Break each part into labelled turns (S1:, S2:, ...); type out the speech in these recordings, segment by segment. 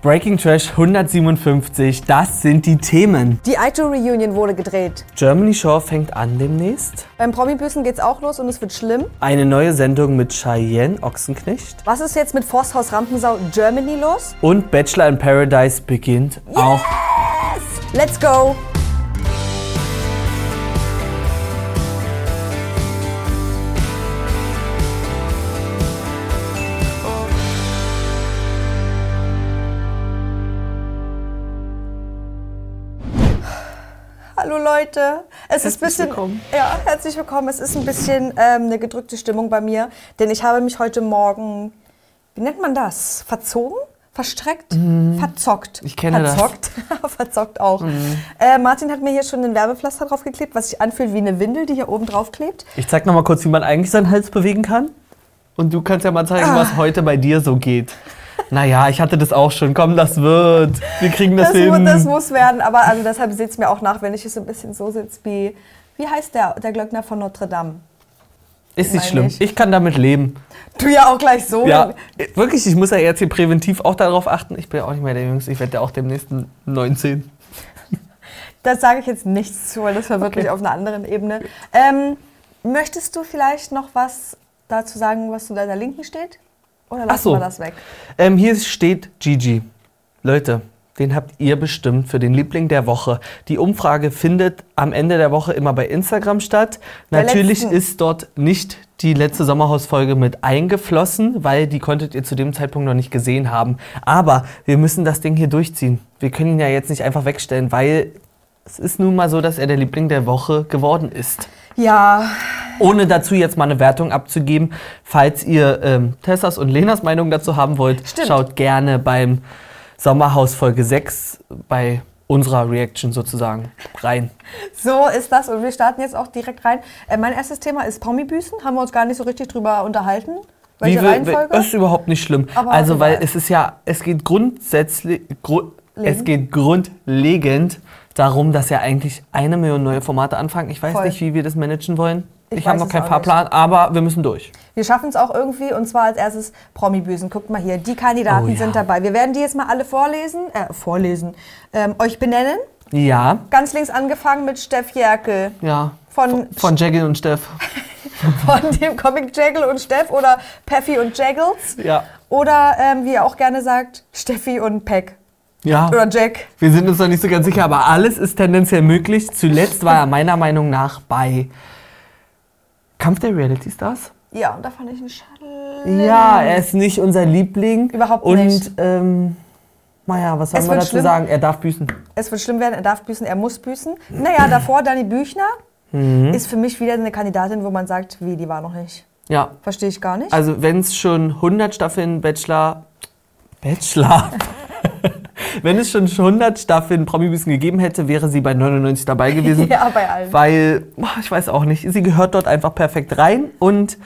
S1: Breaking Trash 157, das sind die Themen.
S2: Die iTo Reunion wurde gedreht.
S1: Germany Shore fängt an demnächst.
S2: Beim Promi-Büßen geht's auch los und es wird schlimm.
S1: Eine neue Sendung mit Cheyenne Ochsenknecht.
S2: Was ist jetzt mit Forsthaus Rampensau Germany los?
S1: Und Bachelor in Paradise beginnt auch.
S2: Let's go! Hallo Leute, es ist ein bisschen,
S1: willkommen.
S2: ja, herzlich willkommen. Es ist ein bisschen ähm, eine gedrückte Stimmung bei mir, denn ich habe mich heute Morgen, wie nennt man das, verzogen, verstreckt, verzockt,
S1: Mhm. Ich kenne das. Mhm.
S2: verzockt, verzockt auch. Äh, Martin hat mir hier schon den Werbepflaster draufgeklebt, was sich anfühlt wie eine Windel, die hier oben draufklebt.
S1: Ich zeig noch mal kurz, wie man eigentlich seinen Hals bewegen kann. Und du kannst ja mal zeigen,
S2: Ah.
S1: was heute bei dir so geht. Naja, ich hatte das auch schon. Komm, das wird. Wir kriegen das,
S2: Das,
S1: hin.
S2: mu das muss werden, aber also deshalb seht es mir auch nach, wenn ich hier so ein bisschen so sitze wie, wie heißt der, der Glöckner von Notre Dame?
S1: Ist nicht
S2: Meine
S1: schlimm.
S2: ich. Oh,
S1: Ich kann damit leben.
S2: Du ja auch gleich so.
S1: Ja, wirklich, ich muss ja jetzt hier präventiv auch darauf achten. Ich bin ja auch nicht mehr der Jüngste. Ich werde ja auch demnächst 19.
S2: Das sage ich jetzt nichts zu, weil das war wirklich auf einer anderen Ebene. Ähm, möchtest du vielleicht noch was dazu sagen, was zu deiner Linken steht? Oder lassen
S1: so.
S2: wir das weg?
S1: Ähm, hier steht Gigi. Leute, den habt ihr bestimmt für den Liebling der Woche. Die Umfrage findet am Ende der Woche immer bei Instagram statt.
S2: Der
S1: Natürlich
S2: letzten.
S1: ist dort nicht die letzte Sommerhausfolge mit eingeflossen, weil die konntet ihr zu dem Zeitpunkt noch nicht gesehen haben. Aber wir müssen das Ding hier durchziehen. Wir können ihn ja jetzt nicht einfach wegstellen, weil es ist nun mal so, dass er der Liebling der Woche geworden ist.
S2: Ja,
S1: Ohne dazu jetzt mal eine Wertung abzugeben. Falls ihr ähm, Tessas und Lenas Meinung dazu haben wollt,
S2: Stimmt.
S1: schaut gerne beim Sommerhaus Folge 6 bei unserer Reaction sozusagen rein.
S2: so ist das. Und wir starten jetzt auch direkt rein. Äh, mein erstes Thema ist Promi-Büßen. Haben wir uns gar nicht so richtig drüber unterhalten. Welche
S1: wir-
S2: Reihenfolge?
S1: ist überhaupt nicht schlimm.
S2: Aber
S1: also, weil
S2: egal.
S1: es ist ja, es geht grundsätzlich, gru es
S2: Legen?
S1: geht grundlegend darum, dass ja eigentlich eine Million neue Formate anfangen. Ich weiß
S2: Voll.
S1: nicht, wie wir das managen wollen.
S2: Ich
S1: Ich, habe
S2: weiß
S1: noch
S2: es
S1: keinen
S2: auch
S1: Fahrplan, aber wir müssen durch.
S2: Wir schaffen es auch irgendwie und zwar als erstes Promi-Büsen. Guckt mal hier, die Kandidaten
S1: Oh ja.
S2: sind dabei. Wir werden die jetzt mal alle vorlesen, äh, vorlesen, ähm, euch benennen.
S1: Ja,
S2: Ganz links angefangen mit Steff Jerkel.
S1: ja.
S2: Von,
S1: Von Jekyll und Steff.
S2: von dem Comic Jekyll und Steff oder Peffy und Jaggles.
S1: Ja.
S2: Oder ähm, wie ihr auch gerne sagt, Steffi und Peck.
S1: Ja.
S2: Oder Jack.
S1: Wir sind uns noch nicht so ganz sicher, aber alles ist tendenziell möglich. Zuletzt war er meiner Meinung nach bei Kampf der Reality Stars.
S2: Ja, und da fand ich einen Schall.
S1: Ja, er ist nicht unser Liebling.
S2: Überhaupt
S1: Und,
S2: nicht.
S1: ähm, naja, was soll
S2: Es
S1: man
S2: wird
S1: dazu
S2: schlimm.
S1: sagen? Er darf büßen.
S2: Es wird schlimm werden, er darf büßen, er muss büßen. Naja, davor Dani Büchner
S1: Mhm.
S2: ist für mich wieder eine Kandidatin, wo man sagt, wie, die war noch nicht.
S1: Ja.
S2: Verstehe ich gar nicht.
S1: Also, wenn es schon 100 Staffeln Bachelor. Bachelor. wenn es schon 100 Staffeln Promi-Büßen gegeben hätte, wäre sie bei 99 dabei gewesen.
S2: ja, bei allen.
S1: Weil, boah, ich weiß auch nicht, sie gehört dort einfach perfekt rein und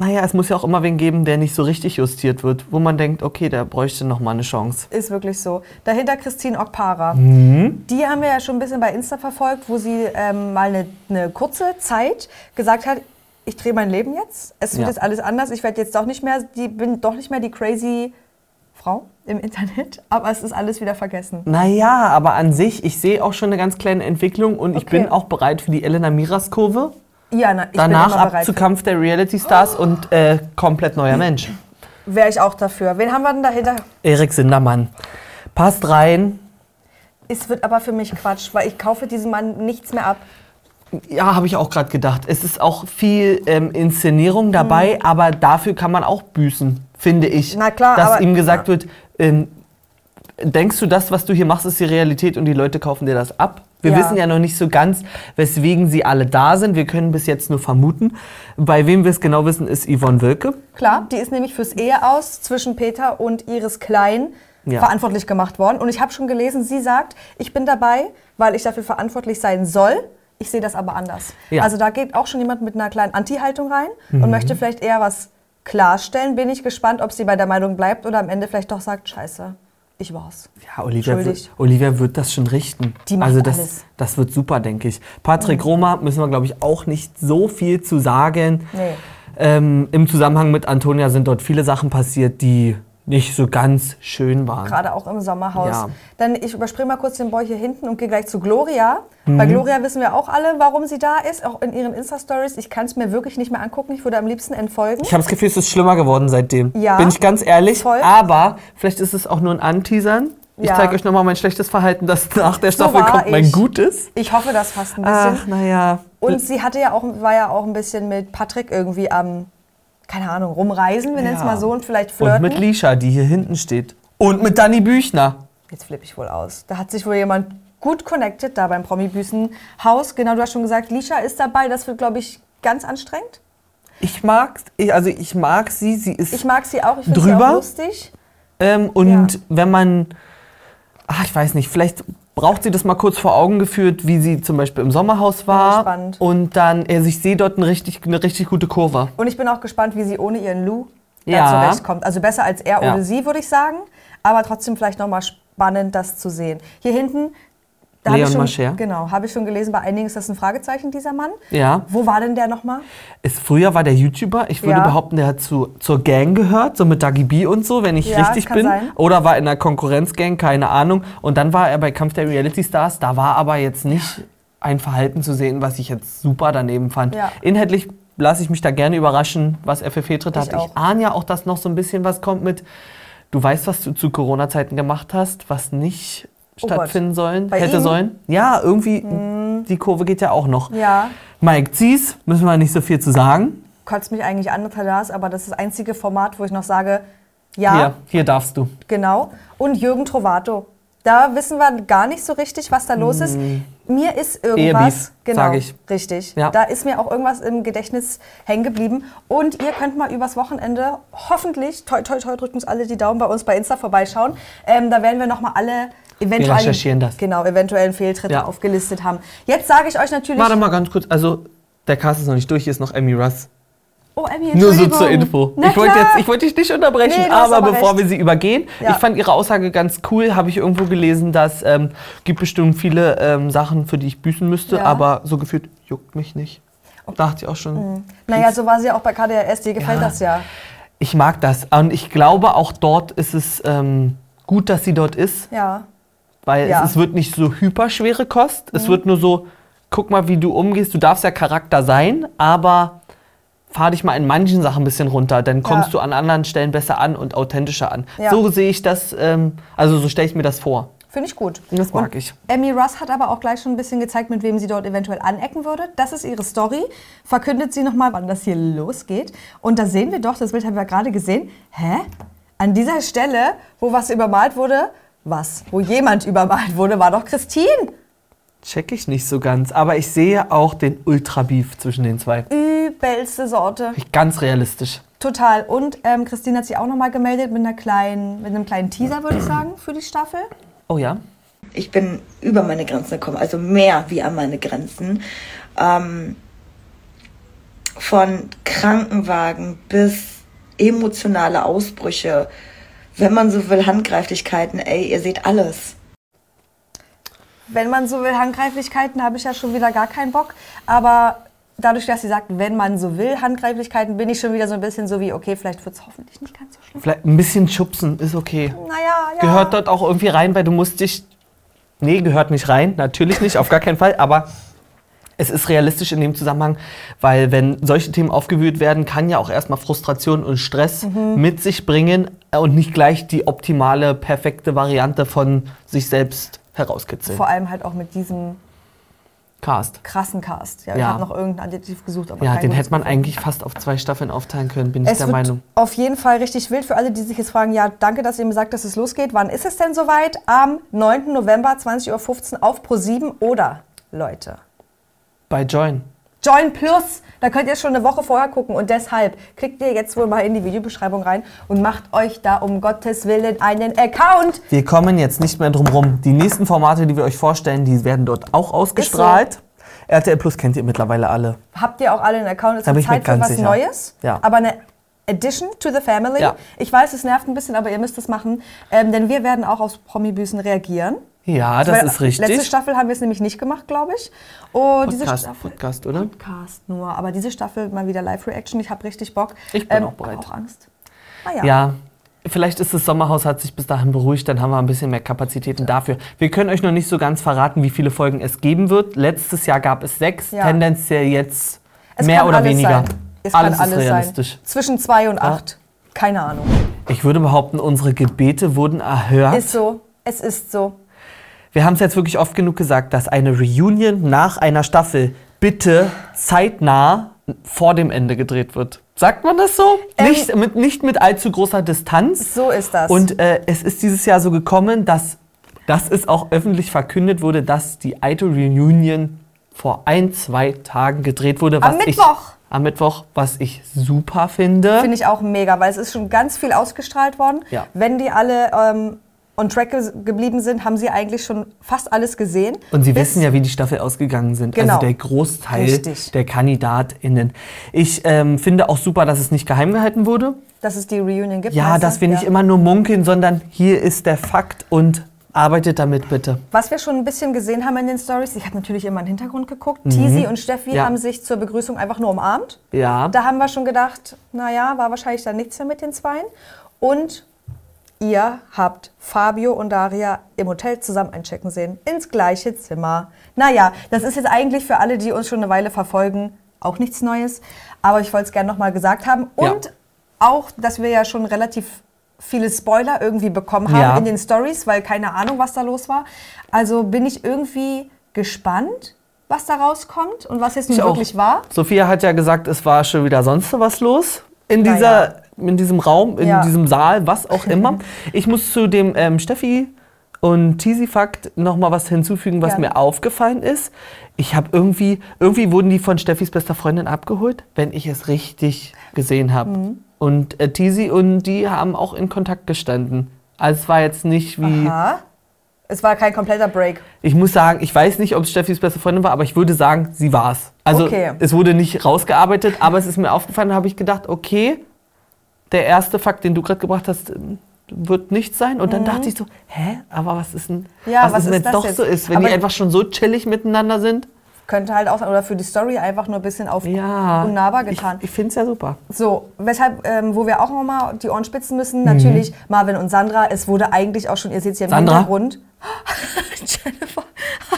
S1: naja, es muss ja auch immer wen geben, der nicht so richtig justiert wird, wo man denkt, okay, der bräuchte nochmal eine Chance.
S2: Ist wirklich so. Dahinter Christine Okpara.
S1: Mhm.
S2: Die haben wir ja schon ein bisschen bei Insta verfolgt, wo sie ähm, mal eine, eine kurze Zeit gesagt hat, ich drehe mein Leben jetzt. Es wird
S1: Ja.
S2: jetzt alles anders. Ich werde jetzt doch nicht mehr, die bin doch nicht mehr die crazy Frau im Internet. Aber es ist alles wieder vergessen.
S1: Naja, aber an sich, ich sehe auch schon eine ganz kleine Entwicklung und ich
S2: Okay.
S1: bin auch bereit für die Elena Miras-Kurve.
S2: Ja, na, ich
S1: Danach
S2: bin immer
S1: ab
S2: bereit.
S1: zu Kampf der Reality Stars und äh, komplett neuer Mensch.
S2: Wäre ich auch dafür. Wen haben wir denn dahinter?
S1: Erik Sindermann. Passt rein.
S2: Es wird aber für mich Quatsch, weil ich kaufe diesem Mann nichts mehr ab.
S1: Ja, habe ich auch gerade gedacht. Es ist auch viel ähm, Inszenierung dabei, aber dafür kann man auch büßen, finde ich.
S2: Mhm. Na klar,
S1: Dass
S2: aber-
S1: ihm gesagt wird, ähm, denkst du, das, was du hier machst, ist die Realität und die Leute kaufen dir das ab? Wir
S2: Ja.
S1: wissen ja noch nicht so ganz, weswegen sie alle da sind. Wir können bis jetzt nur vermuten. Bei wem wir es genau wissen, ist Yvonne Wilke.
S2: Klar, die ist nämlich fürs Eheaus zwischen Peter und Iris Klein
S1: Ja.
S2: verantwortlich gemacht worden. Und ich habe schon gelesen, sie sagt, ich bin dabei, weil ich dafür verantwortlich sein soll. Ich sehe das aber anders.
S1: Ja. Mhm.
S2: Also da geht auch schon jemand mit einer kleinen Anti-Haltung rein und möchte vielleicht eher was klarstellen. Bin ich gespannt, ob sie bei der Meinung bleibt oder am Ende vielleicht doch sagt, scheiße, ich war's.
S1: Ja, Olivia
S2: Schuldig.
S1: wird, Olivia wird das schon richten.
S2: Die macht
S1: also das,
S2: alles. Mhm.
S1: das wird super, denke ich. Patrick Roma müssen wir, glaube ich, auch nicht so viel zu sagen.
S2: Nee.
S1: Ähm, Im Zusammenhang mit Antonia sind dort viele Sachen passiert, die nicht so ganz schön waren.
S2: gerade auch im Sommerhaus.
S1: Ja.
S2: Dann ich überspringe mal kurz den Boy hier hinten und gehe gleich zu Gloria. Bei
S1: Mhm.
S2: Gloria wissen wir auch alle, warum sie da ist, auch in ihren Insta-Stories. Ich kann es mir wirklich nicht mehr angucken, ich würde am liebsten entfolgen.
S1: Ich habe das Gefühl, es ist schlimmer geworden seitdem.
S2: Ja.
S1: Bin ich ganz ehrlich.
S2: Voll.
S1: Aber vielleicht ist es auch nur ein Anteasern. Ich
S2: Ja.
S1: zeige euch nochmal mein schlechtes Verhalten, das nach der
S2: So
S1: Staffel
S2: war
S1: kommt, mein
S2: ich.
S1: gutes.
S2: Ich hoffe das fast ein bisschen.
S1: Ach, naja.
S2: Und sie hatte ja auch, war ja auch ein bisschen mit Patrick irgendwie am, keine Ahnung, rumreisen, wir nennen es
S1: Ja.
S2: mal so, und vielleicht
S1: Und
S2: flirten.
S1: mit Lisha, die hier hinten steht. Und mit Dani Büchner.
S2: Jetzt flippe ich wohl aus. Da hat sich wohl jemand gut connected da beim Promi-Büßen-Haus. Genau, du hast schon gesagt, Lisha ist dabei. Das wird, glaube ich, ganz anstrengend.
S1: Ich mag, ich, also ich mag sie, sie ist
S2: Ich mag sie auch, ich finde sie
S1: Drüber?
S2: auch lustig.
S1: Ähm, und
S2: Ja.
S1: wenn man, ach, ich weiß nicht, vielleicht braucht sie das mal kurz vor Augen geführt, wie sie zum Beispiel im Sommerhaus war.
S2: gespannt.
S1: Und dann, also ich sehe dort eine richtig, eine richtig gute Kurve.
S2: Und ich bin auch gespannt, wie sie ohne ihren Lou da
S1: Ja.
S2: zurechtkommt. Also besser als er
S1: Ja.
S2: ohne sie, würde ich sagen. Aber trotzdem vielleicht nochmal spannend, das zu sehen. Hier hinten, da habe
S1: Leon
S2: ich,
S1: Mascher.
S2: schon- genau, habe ich schon gelesen, bei einigen ist das ein Fragezeichen, dieser Mann.
S1: Ja.
S2: Wo war denn der nochmal?
S1: Ist, früher war der YouTuber, ich würde
S2: Ja.
S1: behaupten, der hat zu, zur Gang gehört, so mit Dagi B und so, wenn ich
S2: Ja,
S1: richtig
S2: kann
S1: bin.
S2: sein.
S1: Oder war in einer Konkurrenzgang, keine Ahnung. Und dann war er bei Kampf der Reality Stars, da war aber jetzt nicht ein Verhalten zu sehen, was ich jetzt super daneben fand.
S2: Ja.
S1: Inhaltlich lasse ich mich da gerne überraschen, was er für Fehltritte
S2: Ich
S1: hat. Ich
S2: auch.
S1: ahne ja auch, dass noch so ein bisschen was kommt mit, du weißt, was du zu Corona-Zeiten gemacht hast, was nicht
S2: Oh Gott.
S1: stattfinden sollen,
S2: Bei
S1: hätte
S2: ihm? Hm.
S1: sollen. Ja, irgendwie, die Kurve geht ja auch noch.
S2: Ja,
S1: Mike Zies, müssen wir nicht so viel zu sagen.
S2: kotzt mich eigentlich an, Tadas, aber das ist das einzige Format, wo ich noch sage, ja,
S1: Hier, hier darfst du.
S2: Genau. Und Jürgen Trovato. Da wissen wir gar nicht so richtig, was da los ist. Mir ist
S1: Ehebeef,
S2: irgendwas.
S1: Hm.
S2: Genau,
S1: sag ich.
S2: Richtig.
S1: Ja.
S2: Da ist mir auch irgendwas im Gedächtnis hängen geblieben. Und ihr könnt mal übers Wochenende hoffentlich, toi, toi, toi, drückt uns alle die Daumen bei uns bei Insta vorbeischauen. Ähm, da werden wir nochmal alle
S1: recherchieren
S2: eventuellen,
S1: das.
S2: genau, eventuellen Fehltritte
S1: Ja.
S2: aufgelistet haben. Jetzt sage ich euch natürlich.
S1: Warte mal ganz kurz. Also, der Cast ist noch nicht durch. Hier ist noch Emmy Russ.
S2: Oh, Emmy,
S1: Nur so
S2: Entschuldigung.
S1: zur Info.
S2: Na
S1: ich wollte
S2: klar.
S1: jetzt- ich wollte dich nicht unterbrechen,
S2: Nee, du hast
S1: aber,
S2: aber
S1: bevor
S2: recht.
S1: wir sie übergehen,
S2: Ja.
S1: ich fand ihre Aussage ganz cool. Habe ich irgendwo gelesen, dass ähm, gibt bestimmt viele ähm, Sachen, für die ich büßen müsste,
S2: Ja.
S1: aber so gefühlt juckt mich nicht. Dachte ich auch schon.
S2: Naja, so war sie Hm. ja auch bei KDRS. Dir gefällt
S1: Ja.
S2: das ja.
S1: Ich mag das. Und ich glaube, auch dort ist es ähm, gut, dass sie dort ist.
S2: Ja.
S1: Weil
S2: Ja. Mhm.
S1: es, es wird nicht so hyperschwere Kost. Es wird nur so, guck mal, wie du umgehst. Du darfst ja Charakter sein, aber fahr dich mal in manchen Sachen ein bisschen runter. Dann kommst
S2: Ja.
S1: du an anderen Stellen besser an und authentischer an.
S2: Ja.
S1: So sehe ich das, ähm, also so stelle ich mir das vor.
S2: Finde ich gut.
S1: Das mag ich.
S2: Emmy Russ hat aber auch gleich schon ein bisschen gezeigt, mit wem sie dort eventuell anecken würde. Das ist ihre Story. Verkündet sie nochmal, wann das hier losgeht. Und da sehen wir doch, das Bild haben wir gerade gesehen. Hä? An dieser Stelle, wo was übermalt wurde, was? Wo jemand übermalt wurde, war doch Christine.
S1: Check ich nicht so ganz. Aber ich sehe auch den Ultra-Beef zwischen den zwei.
S2: Übelste Sorte.
S1: Ganz realistisch.
S2: Total. Und ähm, Christine hat sich auch nochmal gemeldet mit, einer kleinen, mit einem kleinen Teaser, würde ich sagen, für die Staffel.
S1: Oh ja.
S3: ich bin über meine Grenzen gekommen, also mehr wie an meine Grenzen. Ähm, von Krankenwagen bis emotionale Ausbrüche, wenn man so will, Handgreiflichkeiten, ey, ihr seht alles.
S2: wenn man so will, Handgreiflichkeiten habe ich ja schon wieder gar keinen Bock. Aber dadurch, dass sie sagt, wenn man so will, Handgreiflichkeiten, bin ich schon wieder so ein bisschen so wie, okay, vielleicht wird es hoffentlich nicht ganz so schlimm.
S1: Vielleicht ein bisschen schubsen ist okay.
S2: Naja, ja.
S1: Gehört dort auch irgendwie rein, weil du musst dich. Nee, gehört nicht rein, natürlich nicht, auf gar keinen Fall, aber es ist realistisch in dem Zusammenhang, weil wenn solche Themen aufgewühlt werden, kann ja auch erstmal Frustration und Stress
S2: Mhm.
S1: mit sich bringen und nicht gleich die optimale, perfekte Variante von sich selbst herauskitzeln.
S2: Vor allem halt auch mit diesem
S1: Cast.
S2: krassen Cast. Ja, ich
S1: Ja.
S2: habe noch irgendein Adjektiv gesucht, aber
S1: Ja,
S2: kein
S1: den
S2: gutes
S1: hätte man
S2: gefunden.
S1: eigentlich fast auf zwei Staffeln aufteilen können, bin ich
S2: Es
S1: der
S2: wird
S1: Meinung.
S2: auf jeden Fall richtig wild für alle, die sich jetzt fragen, ja, danke, dass ihr mir sagt, dass es losgeht. Wann ist es denn soweit? Am 9. November, 20.15 Uhr auf Pro7 oder, Leute,
S1: Bei Join.
S2: Join Plus. Da könnt ihr schon eine Woche vorher gucken. Und deshalb klickt ihr jetzt wohl mal in die Videobeschreibung rein und macht euch da um Gottes Willen einen Account.
S1: Wir kommen jetzt nicht mehr drum rum. Die nächsten Formate, die wir euch vorstellen, die werden dort auch ausgestrahlt. RTL Plus kennt ihr mittlerweile alle.
S2: Habt ihr auch alle einen Account? Es
S1: Da bin
S2: wird
S1: ich mir
S2: Zeit für
S1: ganz
S2: was
S1: sicher.
S2: Neues.
S1: Ja.
S2: Aber eine Addition to the Family.
S1: Ja.
S2: Ich weiß, es nervt ein bisschen, aber ihr müsst es machen. Ähm, denn wir werden auch aufs Promi-Büßen reagieren.
S1: Ja, das
S2: Weil
S1: ist richtig.
S2: Letzte Staffel haben wir es nämlich nicht gemacht, glaube ich. Und diese
S1: Podcast,
S2: Staffel.
S1: Podcast, oder?
S2: Podcast nur. Aber diese Staffel mal wieder Live-Reaction. Ich habe richtig Bock. Ähm,
S1: Ich bin auch bereit.
S2: Auch Angst. Ah ja.
S1: Ja, Vielleicht ist das Sommerhaus, hat sich bis dahin beruhigt, dann haben wir ein bisschen mehr Kapazitäten dafür. Wir können euch noch nicht so ganz verraten, wie viele Folgen es geben wird. Letztes Jahr gab es sechs,
S2: Ja.
S1: tendenziell jetzt
S2: Es
S1: mehr
S2: kann
S1: oder
S2: alles
S1: weniger.
S2: Sein. Es
S1: Alles ist
S2: kann alles
S1: realistisch.
S2: sein. Zwischen zwei und acht. Keine Ahnung.
S1: Ich würde behaupten, unsere Gebete wurden erhört.
S2: Ist so. Es ist so.
S1: Wir haben es jetzt wirklich oft genug gesagt, dass eine Reunion nach einer Staffel bitte zeitnah vor dem Ende gedreht wird. Sagt man das so?
S2: Ähm,
S1: nicht, mit, nicht mit allzu großer Distanz.
S2: So ist das.
S1: Und äh, es ist dieses Jahr so gekommen, dass, dass es auch öffentlich verkündet wurde, dass die Idol Reunion vor ein, zwei Tagen gedreht wurde.
S2: Am Mittwoch.
S1: Ich, am Mittwoch, was ich super finde.
S2: Finde ich auch mega, weil es ist schon ganz viel ausgestrahlt worden.
S1: Ja.
S2: Wenn die alle ähm, on track ge geblieben sind, haben sie eigentlich schon fast alles gesehen.
S1: Und Sie
S2: Bis-
S1: wissen ja, wie die Staffel ausgegangen sind.
S2: Genau.
S1: Also der Großteil
S2: Richtig.
S1: der KandidatInnen. Ich ähm, finde auch super, dass es nicht geheim gehalten wurde.
S2: dass es die Reunion gibt.
S1: Ja,
S2: meinst du?
S1: dass wir nicht
S2: Ja.
S1: immer nur munkeln, sondern hier ist der Fakt und arbeitet damit bitte.
S2: Was wir schon ein bisschen gesehen haben in den Stories, ich habe natürlich immer in den Hintergrund geguckt. Tizi und Steffi
S1: Mhm. Ja.
S2: haben sich zur Begrüßung einfach nur umarmt.
S1: Ja.
S2: Da haben wir schon gedacht, naja, war wahrscheinlich dann nichts mehr mit den Zweien. Und ihr habt Fabio und Daria im Hotel zusammen einchecken sehen, ins gleiche Zimmer. Naja, das ist jetzt eigentlich für alle, die uns schon eine Weile verfolgen, auch nichts Neues. Aber ich wollte es gerne nochmal gesagt haben.
S1: Ja.
S2: Und auch, dass wir ja schon relativ viele Spoiler irgendwie bekommen haben
S1: Ja.
S2: in den Stories, weil keine Ahnung, was da los war. Also bin ich irgendwie gespannt, was da rauskommt und was jetzt nun
S1: Ich auch.
S2: wirklich war.
S1: Sophia hat ja gesagt, es war schon wieder sonst was los in
S2: Na
S1: dieser, in diesem Raum, in
S2: Ja.
S1: diesem Saal, was auch immer. ich muss zu dem ähm, Steffi und Tisi-Fakt noch mal was hinzufügen, was
S2: Gerne.
S1: mir aufgefallen ist. Ich habe irgendwie, irgendwie wurden die von Steffis bester Freundin abgeholt, wenn ich es richtig gesehen habe.
S2: Mhm.
S1: Und äh, Tisi und die haben auch in Kontakt gestanden. Also es war jetzt nicht wie
S2: Aha. Es war kein kompletter Break.
S1: ich muss sagen, ich weiß nicht, ob es Steffis beste Freundin war, aber ich würde sagen, sie war es. Also
S2: Okay.
S1: es wurde nicht rausgearbeitet, aber es ist mir aufgefallen, da habe ich gedacht, okay, der erste Fakt, den du gerade gebracht hast, äh, wird nichts sein. Und dann dachte ich so, hä, aber was ist denn,
S2: Mhm. Ja,
S1: was,
S2: was
S1: ist,
S2: ist
S1: wenn es
S2: das
S1: doch
S2: jetzt?
S1: so ist, wenn
S2: Aber-
S1: die einfach schon so chillig miteinander sind?
S2: Könnte halt auch sein, oder für die Story einfach nur ein bisschen auf
S1: Ja,
S2: unnahbar getan.
S1: ich, ich finde es ja super.
S2: so, weshalb, ähm, wo wir auch nochmal die Ohren spitzen müssen, natürlich Marvin und Sandra. Es wurde eigentlich auch schon, ihr seht es hier im
S1: Mhm. Sandra?
S2: Hintergrund. Jennifer.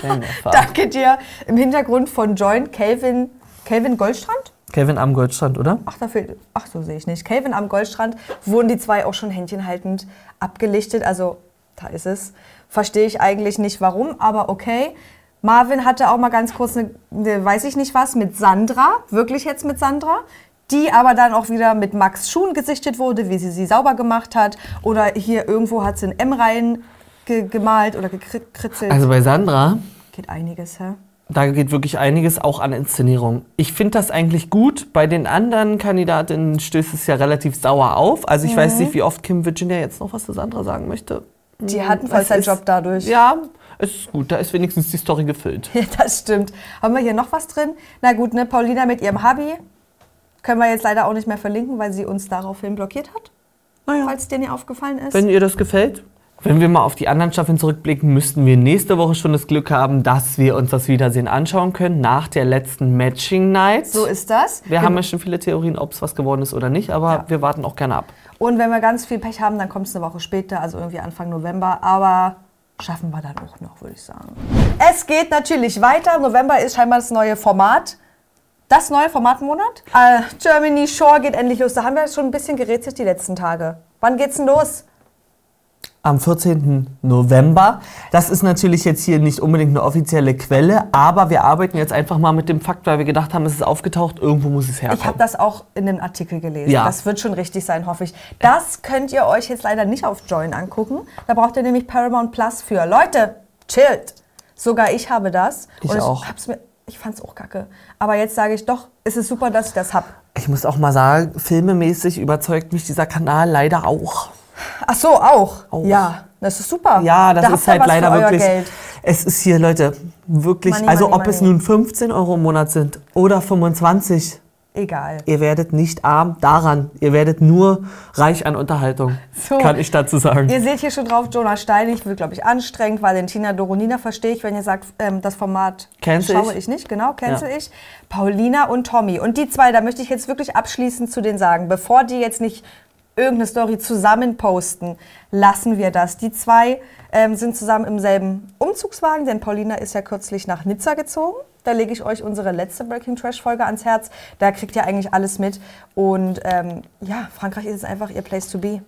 S1: Jennifer.
S2: Danke dir. Im Hintergrund von Join Calvin, Calvin Goldstrand?
S1: Kevin am Goldstrand, oder?
S2: Ach, dafür, ach so sehe ich nicht. Calvin am Goldstrand wurden die zwei auch schon händchenhaltend abgelichtet. Also, da ist es. Verstehe ich eigentlich nicht warum, aber okay. Marvin hatte auch mal ganz kurz eine, eine weiß ich nicht was, mit Sandra, wirklich jetzt mit Sandra, die aber dann auch wieder mit Max Schuhen gesichtet wurde, wie sie sie sauber gemacht hat. Oder hier irgendwo hat sie ein M rein ge gemalt oder gekritzelt.
S1: Also bei Sandra,
S2: Geht einiges, hä?
S1: da geht wirklich einiges auch an Inszenierung. Ich finde das eigentlich gut. Bei den anderen Kandidatinnen stößt es ja relativ sauer auf. Also ich
S2: Mhm.
S1: weiß nicht, wie oft Kim Virginia jetzt noch was zu Sandra sagen möchte. Hm,
S2: Die hat einen
S1: Es ist-
S2: Vollzeitjob dadurch.
S1: Ja, es ist gut. Da ist wenigstens die Story gefüllt.
S2: Ja, das stimmt. Haben wir hier noch was drin? Na gut, ne, Paulina mit ihrem Hobby können wir jetzt leider auch nicht mehr verlinken, weil sie uns daraufhin blockiert hat,
S1: Naja.
S2: falls dir nicht aufgefallen ist.
S1: Wenn ihr das gefällt. Wenn wir mal auf die anderen Staffeln zurückblicken, müssten wir nächste Woche schon das Glück haben, dass wir uns das Wiedersehen anschauen können nach der letzten Matching Night.
S2: so ist genau. das.
S1: wir haben ja schon viele Theorien, ob es was geworden ist oder nicht, aber wir warten auch gerne ab.
S2: Und wenn wir ganz viel Pech haben, dann kommt es eine Woche später, also irgendwie Anfang November. Aber schaffen wir dann auch noch, würde ich sagen. Es geht natürlich weiter. November ist scheinbar das neue Format. Das neue Formatmonat. Äh, Germany Shore geht endlich los. Da haben wir schon ein bisschen gerätselt die letzten Tage. Wann geht's denn los?
S1: am 14. November. Das ist natürlich jetzt hier nicht unbedingt eine offizielle Quelle, aber wir arbeiten jetzt einfach mal mit dem Fakt, weil wir gedacht haben, es ist aufgetaucht, irgendwo muss es
S2: Ich habe
S1: herkommen.
S2: das auch in dem Artikel gelesen.
S1: Ja.
S2: Das wird schon richtig sein, hoffe ich. Das könnt ihr euch jetzt leider nicht auf Join angucken. Da braucht ihr nämlich Paramount Plus für. Leute, chillt. Sogar ich habe das.
S1: Ich
S2: es-
S1: auch.
S2: Hab's mir, ich fand's auch kacke. Aber jetzt sage ich doch, es ist super, dass ich das hab.
S1: Ich muss auch mal sagen, filmemäßig überzeugt mich dieser Kanal leider auch.
S2: Ach so, auch.
S1: Auch.
S2: Ja, das ist super.
S1: Ja, das
S2: da habt
S1: ist
S2: ihr
S1: halt
S2: was
S1: leider
S2: für euer
S1: wirklich.
S2: Geld.
S1: Es ist hier, Leute, wirklich.
S2: Money,
S1: also,
S2: money,
S1: ob es
S2: money.
S1: nun 15 Euro im Monat sind oder 25,
S2: Egal.
S1: ihr werdet nicht arm daran. Ihr werdet nur reich an Unterhaltung.
S2: So.
S1: Kann ich dazu sagen.
S2: Ihr seht hier schon drauf, Jonah Steinig wird, glaube ich, anstrengend. Valentina Doronina verstehe ich, wenn ihr sagt, ähm, das Format
S1: Cancel
S2: schaue ich.
S1: ich.
S2: nicht. Genau, cancel
S1: Ja.
S2: ich. Paulina und Tommy. Und die zwei, da möchte ich jetzt wirklich abschließend zu denen sagen, bevor die jetzt nicht irgendeine Story zusammen posten, lassen wir das. Die zwei ähm, sind zusammen im selben Umzugswagen, denn Paulina ist ja kürzlich nach Nizza gezogen. Da lege ich euch unsere letzte Breaking Trash Folge ans Herz. Da kriegt ihr eigentlich alles mit. Und ähm, ja, Frankreich ist jetzt einfach ihr Place to be.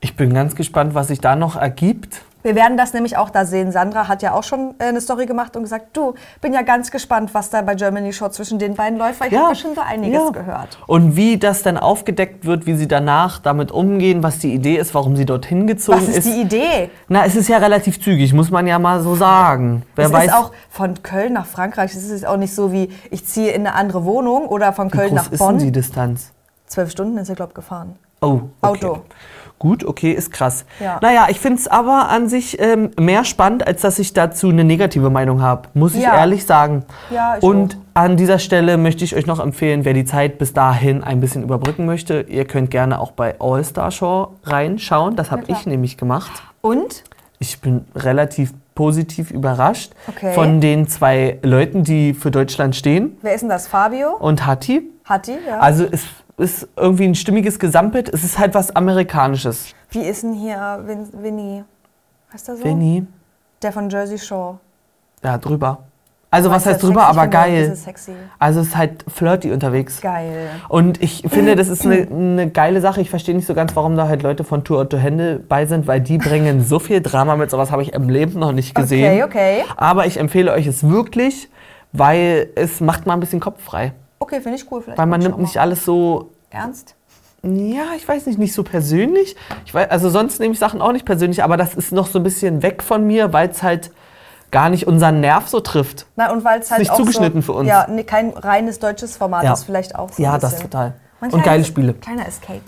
S1: Ich bin ganz gespannt, was sich da noch ergibt.
S2: Wir werden das nämlich auch da sehen. Sandra hat ja auch schon äh, eine Story gemacht und gesagt, du, bin ja ganz gespannt, was da bei Germany Shore zwischen den beiden läuft, weil ich habe ja schon so einiges
S1: ja.
S2: gehört.
S1: Und wie das dann aufgedeckt wird, wie sie danach damit umgehen, was die Idee ist, warum sie dorthin gezogen
S2: Was ist, die Idee?
S1: Na, es ist ja relativ zügig, muss man ja mal so sagen. Wer
S2: es
S1: weiß,
S2: ist auch von Köln nach Frankreich, es ist auch nicht so wie, ich ziehe in eine andere Wohnung oder von
S1: wie
S2: Köln
S1: groß
S2: nach
S1: ist denn die
S2: Bonn.
S1: Distanz?
S2: Zwölf Stunden ist er, glaube ich, gefahren.
S1: Oh, okay.
S2: Auto.
S1: Gut, okay, ist krass.
S2: Ja.
S1: Naja, ich finde es aber an sich ähm, mehr spannend, als dass ich dazu eine negative Meinung habe, muss ich
S2: Ja.
S1: ehrlich sagen.
S2: Ja, ich
S1: Und an dieser Stelle möchte ich euch noch empfehlen, wer die Zeit bis dahin ein bisschen überbrücken möchte, ihr könnt gerne auch bei All Star Show reinschauen. Das habe
S2: klar.
S1: ich nämlich gemacht.
S2: Und?
S1: Ich bin relativ positiv überrascht
S2: Okay.
S1: von den zwei Leuten, die für Deutschland stehen
S2: Wer ist denn das? Fabio?
S1: und Hatti.
S2: Hatti? Ja.
S1: Also es ist irgendwie ein stimmiges Gesamtbild. Es ist halt was Amerikanisches.
S2: Wie ist denn hier äh, Vin Vinny? Heißt der so?
S1: Benny,
S2: Der von Jersey Shore.
S1: ja, drüber. Also was
S2: Ist der
S1: heißt drüber,
S2: sexy?
S1: aber
S2: Ich finde ja ein
S1: geil.
S2: bisschen Sexy.
S1: Also es ist halt flirty unterwegs.
S2: Geil.
S1: Und ich finde, das ist eine, eine geile Sache. Ich verstehe nicht so ganz, warum da halt Leute von Tour Otto Hände bei sind, weil die bringen so viel Drama mit. Sowas habe ich im Leben noch nicht gesehen.
S2: Okay, okay.
S1: Aber ich empfehle euch es wirklich, weil es macht mal ein bisschen Kopf frei.
S2: Okay, finde ich cool. Vielleicht
S1: Weil man
S2: guck ich
S1: nimmt
S2: auch
S1: nicht
S2: mal.
S1: alles so,
S2: Ernst?
S1: ja, ich weiß nicht, nicht so persönlich. Ich weiß, also sonst nehme ich Sachen auch nicht persönlich, aber das ist noch so ein bisschen weg von mir, weil es halt gar nicht unseren Nerv so trifft.
S2: Na, und weil es halt
S1: nicht
S2: auch
S1: zugeschnitten
S2: so,
S1: für uns.
S2: Ja, nee, kein reines deutsches Format
S1: Ja.
S2: ist vielleicht auch so
S1: Ja,
S2: ein
S1: das
S2: bisschen.
S1: total.
S2: Mein
S1: Und geile
S2: kleines-
S1: Spiele.
S2: Kleiner Escape.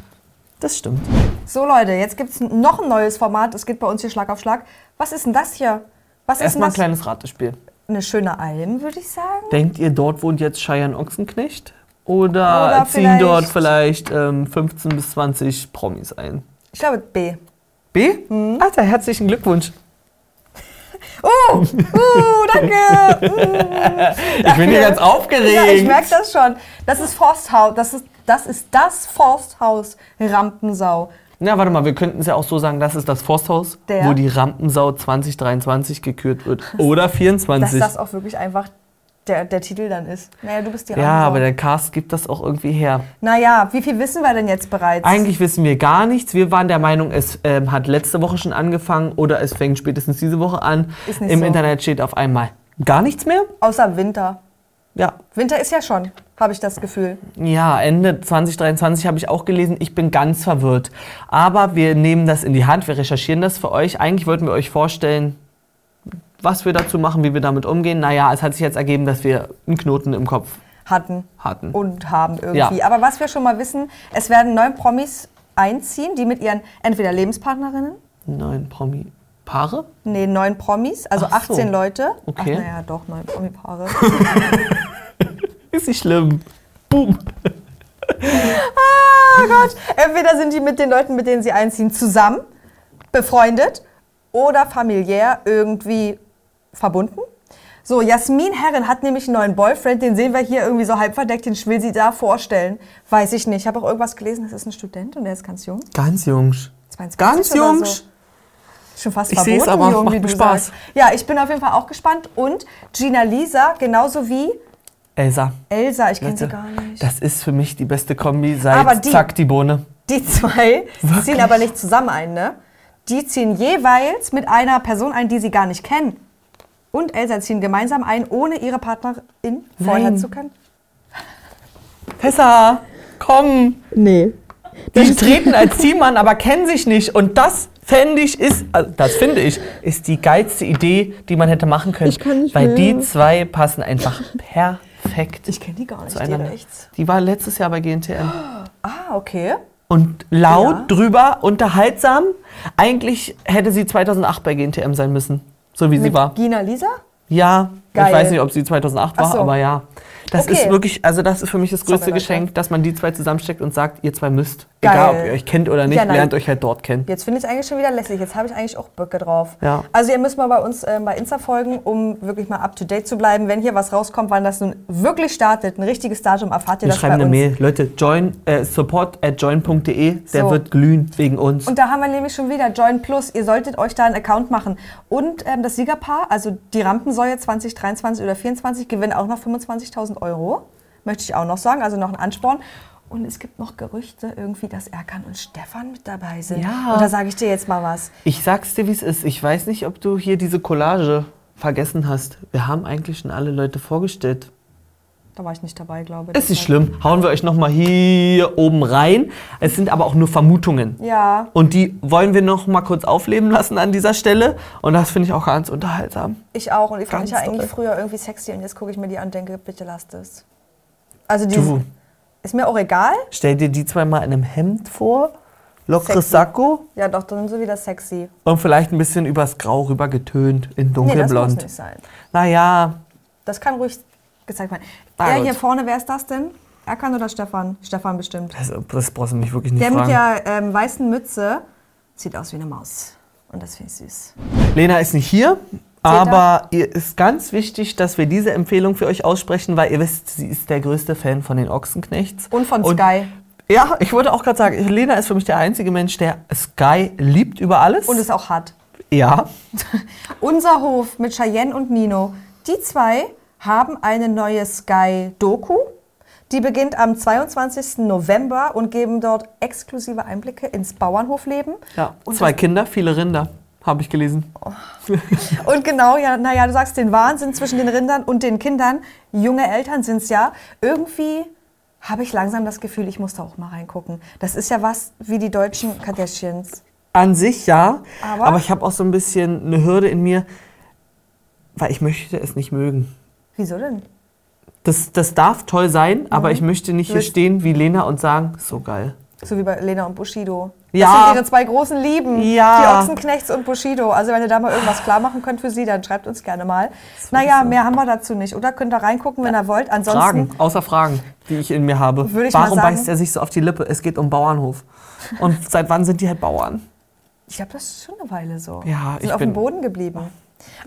S1: Das stimmt.
S2: So Leute, jetzt gibt es noch ein neues Format. Es geht bei uns hier Schlag auf Schlag. Was ist denn das hier? Was ist denn
S1: Erstmal ein
S2: das?
S1: kleines Ratespiel.
S2: Eine schöne Alm, würde ich sagen.
S1: Denkt ihr, dort wohnt jetzt Cheyenne Ochsenknecht? Oder, ziehen
S2: Oder vielleicht-
S1: dort vielleicht ähm, 15 bis 20 Promis ein?
S2: Ich glaube B.
S1: B?
S2: Hm?
S1: Alter, herzlichen Glückwunsch.
S2: Oh, uh, danke.
S1: Ich bin hier ganz aufgeregt.
S2: Ja, ich merke das schon. Das ist Forsthaus. Das ist das, ist das Forsthaus Rampensau.
S1: Na, warte mal, wir könnten es ja auch so sagen, das ist das Forsthaus,
S2: Der?
S1: wo die Rampensau 2023 gekürt wird. Oder
S2: Dass
S1: 24.
S2: das auch wirklich einfach der, der Titel dann ist. Naja, du bist die
S1: ja,
S2: Rampensau.
S1: aber der Cast gibt das auch irgendwie her.
S2: Naja, wie viel wissen wir denn jetzt bereits?
S1: Eigentlich wissen wir gar nichts. Wir waren der Meinung, es ähm, hat letzte Woche schon angefangen oder es fängt spätestens diese Woche an.
S2: Ist nicht
S1: Im
S2: so.
S1: Internet steht auf einmal gar nichts mehr.
S2: Außer Winter.
S1: Ja,
S2: Winter ist ja schon, habe ich das Gefühl.
S1: Ja, Ende 2023 habe ich auch gelesen. Ich bin ganz verwirrt. Aber wir nehmen das in die Hand, wir recherchieren das für euch. Eigentlich wollten wir euch vorstellen, was wir dazu machen, wie wir damit umgehen. Naja, es hat sich jetzt ergeben, dass wir einen Knoten im Kopf
S2: Hatten.
S1: hatten.
S2: Und haben irgendwie.
S1: Ja.
S2: Aber was wir schon mal wissen, es werden neun Promis einziehen, die mit ihren entweder Lebenspartnerinnen,
S1: Neun Promi-Paare?
S2: nee, neun Promis, also
S1: Ach so.
S2: 18 Leute.
S1: Okay.
S2: Ach, naja, doch, neun Promi-Paare.
S1: Ist nicht schlimm. Boom.
S2: oh Gott. Entweder sind die mit den Leuten, mit denen sie einziehen, zusammen, befreundet oder familiär irgendwie verbunden. So, Jasmin Herren hat nämlich einen neuen Boyfriend, den sehen wir hier irgendwie so halb verdeckt, den will sie da vorstellen. Weiß ich nicht. Ich habe auch irgendwas gelesen, das ist ein Student und der ist ganz jung.
S1: Ganz jungs.
S2: 22
S1: Ganz
S2: oder
S1: jungs.
S2: So. Schon fast
S1: Ich
S2: verboten,
S1: seh's, aber
S2: jung,
S1: macht
S2: wie
S1: mir
S2: du
S1: Spaß.
S2: sagst. Ja, ich bin auf jeden Fall auch gespannt. Und Gina Lisa, genauso wie
S1: Elsa.
S2: Elsa, ich kenne sie
S1: Leute,
S2: gar nicht.
S1: Das ist für mich die beste Kombi
S2: Aber
S1: seit
S2: die-
S1: Zack die Bohne.
S2: Die zwei
S1: Wirklich?
S2: ziehen aber nicht zusammen ein, ne? Die ziehen jeweils mit einer Person ein, die sie gar nicht kennen. Und Elsa ziehen gemeinsam ein, ohne ihre Partnerin vorher
S1: Nein.
S2: zu kennen.
S1: Tessa, komm.
S4: Nee.
S1: Die treten als Team an, aber kennen sich nicht. Und das fände ich ist, also das finde ich, ist die geilste Idee, die man hätte machen können.
S4: Ich kann nicht
S1: weil
S4: mehr.
S1: die zwei passen einfach perfekt
S2: Ich kenne die gar nicht, die
S1: zueinander.
S2: rechts.
S1: Die war letztes Jahr bei GNTM.
S2: Ah, okay.
S1: Und laut,
S2: Ja.
S1: drüber, unterhaltsam. Eigentlich hätte sie 2008 bei GNTM sein müssen. So wie sie war.
S2: Gina Lisa?
S1: Ja,
S2: Geil.
S1: ich weiß nicht, ob sie 2008 war,
S2: Ach so.
S1: aber ja. Das
S2: Okay.
S1: ist wirklich, also das ist für mich das größte
S2: Sorry, Leute.
S1: Geschenk, dass man die zwei zusammensteckt und sagt, ihr zwei müsst.
S2: Geil.
S1: Egal, ob ihr euch kennt oder nicht,
S2: Ja, nein.
S1: lernt euch halt dort kennen.
S2: Jetzt finde ich es eigentlich schon wieder lässig. Jetzt habe ich eigentlich auch Böcke drauf.
S1: Ja.
S2: Also ihr müsst mal bei uns äh, bei Insta folgen, um wirklich mal up to date zu bleiben. Wenn hier was rauskommt, wann das nun wirklich startet, ein richtiges Datum, erfahrt
S1: Wir
S2: ihr das bei
S1: schreiben
S2: uns.
S1: eine Mail. Leute, join, äh, support at join.de, der
S2: So.
S1: wird glühen wegen uns.
S2: Und da haben wir nämlich schon wieder Join Plus. Ihr solltet euch da einen Account machen. Und ähm, das Siegerpaar, also die Rampensäue 2023 oder 2024, gewinnen auch noch 25.000 Euro. Möchte ich auch noch sagen, also noch ein Ansporn. Und es gibt noch Gerüchte irgendwie, dass Erkan und Stefan mit dabei sind.
S1: Ja.
S2: Und da sage ich dir jetzt mal was.
S1: ich sag's dir, wie es ist. Ich weiß nicht, ob du hier diese Collage vergessen hast. Wir haben eigentlich schon alle Leute vorgestellt.
S2: Da war ich nicht dabei, glaube ich.
S1: Ist nicht schlimm. Hauen wir euch nochmal hier oben rein. Es sind aber auch nur Vermutungen.
S2: Ja.
S1: Und die wollen wir noch mal kurz aufleben lassen an dieser Stelle. Und das finde ich auch ganz unterhaltsam.
S2: Ich auch. Und die fand
S1: Ganz
S2: ich ja eigentlich
S1: doll.
S2: früher irgendwie sexy. Und jetzt gucke ich mir die an und denke, bitte lasst es. Also die
S1: Du,
S2: ist mir auch egal.
S1: stell dir die zwei mal in einem Hemd vor,
S2: Sexy.
S1: lockeres Sakko
S2: Ja, doch, dann so wieder sexy.
S1: und vielleicht ein bisschen übers Grau rüber getönt in
S2: Nee, das muss
S1: dunkelblond.
S2: nicht sein.
S1: naja,
S2: Das kann ruhig gezeigt werden.
S1: Na
S2: der
S1: gut.
S2: hier vorne, wer ist das denn? Erkan oder Stefan? Stefan bestimmt.
S1: das, also das brauchst du mich wirklich nicht
S2: Der mit
S1: fragen.
S2: der ähm, weißen Mütze sieht aus wie eine Maus. Und das finde ich süß.
S1: Lena ist nicht hier. Aber ihr ist ganz wichtig, dass wir diese Empfehlung für euch aussprechen, weil ihr wisst, sie ist der größte Fan von den Ochsenknechts.
S2: Und von Sky.
S1: Ja, ich wollte auch gerade sagen, Lena ist für mich der einzige Mensch, der Sky liebt über alles.
S2: Und ist auch hart.
S1: ja.
S2: Unser Hof mit Cheyenne und Nino. Die zwei haben eine neue Sky-Doku. Die beginnt am 22. November und geben dort exklusive Einblicke ins Bauernhofleben.
S1: Ja,
S2: Und Oh.
S1: zwei Kinder, viele Rinder, habe ich gelesen.
S2: Und genau, ja, naja, du sagst den Wahnsinn zwischen den Rindern und den Kindern. Junge Eltern sind es ja. Irgendwie habe ich langsam das Gefühl, ich muss da auch mal reingucken. Das ist ja was wie die deutschen Kardashians.
S1: An sich ja,
S2: Aber?
S1: aber, ich habe auch so ein bisschen eine Hürde in mir, weil ich möchte es nicht mögen.
S2: Wieso denn?
S1: Das, das darf toll sein, aber
S2: Mhm.
S1: ich möchte nicht
S2: Du
S1: hier
S2: willst-
S1: stehen wie Lena und sagen, so geil.
S2: So wie bei Lena und Bushido. Das
S1: Ja.
S2: sind ihre zwei großen Lieben.
S1: Ja.
S2: Die Ochsenknechts und Bushido. Also wenn ihr da mal irgendwas klar machen könnt für sie, dann schreibt uns gerne mal. Naja, mehr haben wir dazu nicht, oder? Könnt ihr reingucken, wenn ihr wollt. Ansonsten
S1: Fragen, außer Fragen, die ich in mir habe.
S2: Würde ich mal
S1: Warum
S2: sagen-
S1: beißt er sich so auf die Lippe? Es geht um Bauernhof. Und seit wann sind die halt Bauern?
S2: Ich glaube, das ist schon eine Weile so.
S1: Ja,
S2: sind
S1: ich
S2: auf dem
S1: bin-
S2: Boden geblieben.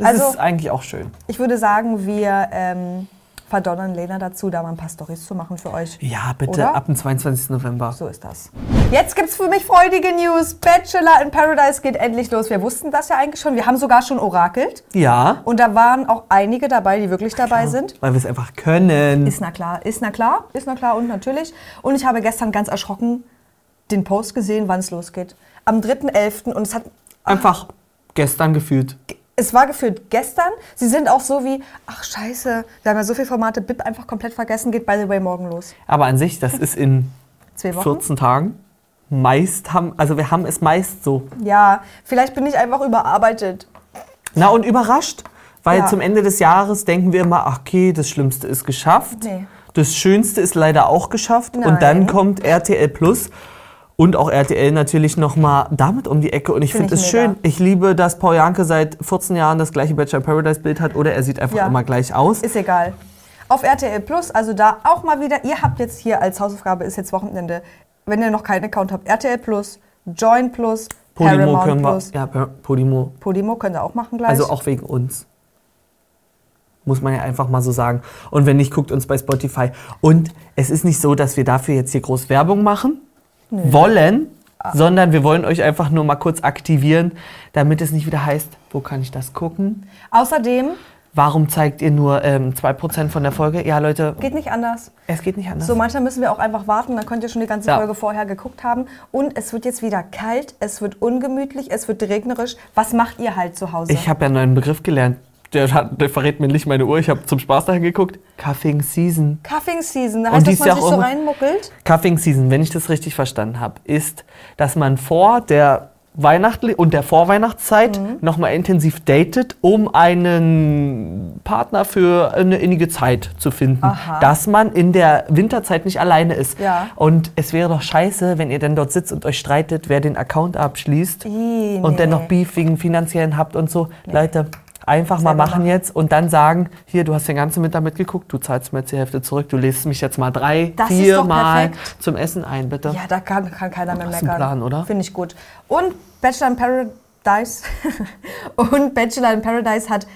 S2: Also
S1: Das ist eigentlich auch schön.
S2: Ich würde sagen, wir ähm, verdonnern Lena dazu, da mal ein paar Storys zu machen für euch.
S1: Ja, bitte,
S2: Oder?
S1: ab dem 22. November.
S2: So ist das. Jetzt gibt's für mich freudige News. Bachelor in Paradise geht endlich los. Wir wussten das ja eigentlich schon. Wir haben sogar schon orakelt.
S1: Ja,
S2: Und da waren auch einige dabei, die wirklich dabei sind.
S1: weil wir es einfach können.
S2: Ist na klar, ist na klar, ist na klar und natürlich. Und ich habe gestern ganz erschrocken den Post gesehen, wann es losgeht. Am 3.11. und es hat
S1: einfach gestern gefühlt.
S2: es war gefühlt gestern. Sie sind auch so wie, ach scheiße, wir haben ja so viele Formate, BIP einfach komplett vergessen, geht by the way morgen los.
S1: Aber an sich, das ist in
S2: Zwei Wochen.
S1: 14 Tagen. Meist haben, also wir haben es meist so.
S2: Ja, vielleicht bin ich einfach überarbeitet.
S1: Na und überrascht, weil
S2: Ja.
S1: zum Ende des Jahres denken wir immer, ach okay, das Schlimmste ist geschafft.
S2: Nee.
S1: Das Schönste ist leider auch geschafft.
S2: Nein.
S1: Und dann kommt RTL Plus und auch RTL natürlich nochmal damit um die Ecke. Und ich
S2: Find
S1: finde
S2: ich
S1: es
S2: mega.
S1: schön. Ich liebe, dass Paul Janke seit 14 Jahren das gleiche Bachelor in Paradise Bild hat oder er sieht einfach
S2: Ja.
S1: immer gleich aus.
S2: Ist egal. Auf RTL Plus, also da auch mal wieder. Ihr habt jetzt hier als Hausaufgabe, ist jetzt Wochenende, wenn ihr noch keinen Account habt, RTL Plus, Join Plus,
S1: Podimo
S2: Paramount
S1: können wir,
S2: Plus.
S1: ja, Per- Podimo.
S2: Podimo könnt ihr auch machen gleich.
S1: Also auch wegen uns. Muss man ja einfach mal so sagen. Und wenn nicht, guckt uns bei Spotify. Und es ist nicht so, dass wir dafür jetzt hier groß Werbung machen wollen, sondern wir wollen euch einfach nur mal kurz aktivieren, damit es nicht wieder heißt, wo kann ich das gucken?
S2: Außerdem
S1: Warum zeigt ihr nur ähm, 2% von der Folge? Ja, Leute,
S2: geht nicht anders.
S1: es geht nicht anders.
S2: So, manchmal müssen wir auch einfach warten, dann könnt ihr schon die ganze
S1: Ja.
S2: Folge vorher geguckt haben. Und es wird jetzt wieder kalt, es wird ungemütlich, es wird regnerisch. Was macht ihr halt zu Hause?
S1: ich habe ja einen neuen Begriff gelernt. Der, hat, der verrät mir nicht meine Uhr. Ich habe zum Spaß dahin geguckt. Cuffing Season.
S2: Cuffing Season, da heißt,
S1: die
S2: dass
S1: ist
S2: man
S1: ja
S2: sich
S1: auch
S2: so
S1: immer-
S2: reinmuckelt.
S1: Cuffing Season, wenn ich das richtig verstanden habe, ist, dass man vor der Weihnachtli und der Vorweihnachtszeit
S2: Mhm.
S1: nochmal intensiv datet, um einen Partner für eine innige Zeit zu finden.
S2: Aha.
S1: Dass man in der Winterzeit nicht alleine ist.
S2: Ja.
S1: Und es wäre doch scheiße, wenn ihr dann dort sitzt und euch streitet, wer den Account abschließt
S2: Ih, nee.
S1: und dann noch Beef wegen finanziellen habt und so. Leute, einfach mal
S2: Selber
S1: machen
S2: machen.
S1: jetzt und dann sagen, hier, du hast den ganzen Winter mitgeguckt, du zahlst mir jetzt die Hälfte zurück, du lädst mich jetzt mal drei,
S2: Das ist
S1: vier
S2: doch
S1: Mal
S2: perfekt.
S1: zum Essen ein, bitte.
S2: Ja, da kann, kann keiner mehr
S1: Das ist
S2: meckern.
S1: ein Plan, oder?
S2: Finde ich gut. Und Bachelor in Paradise und Bachelor in Paradise hat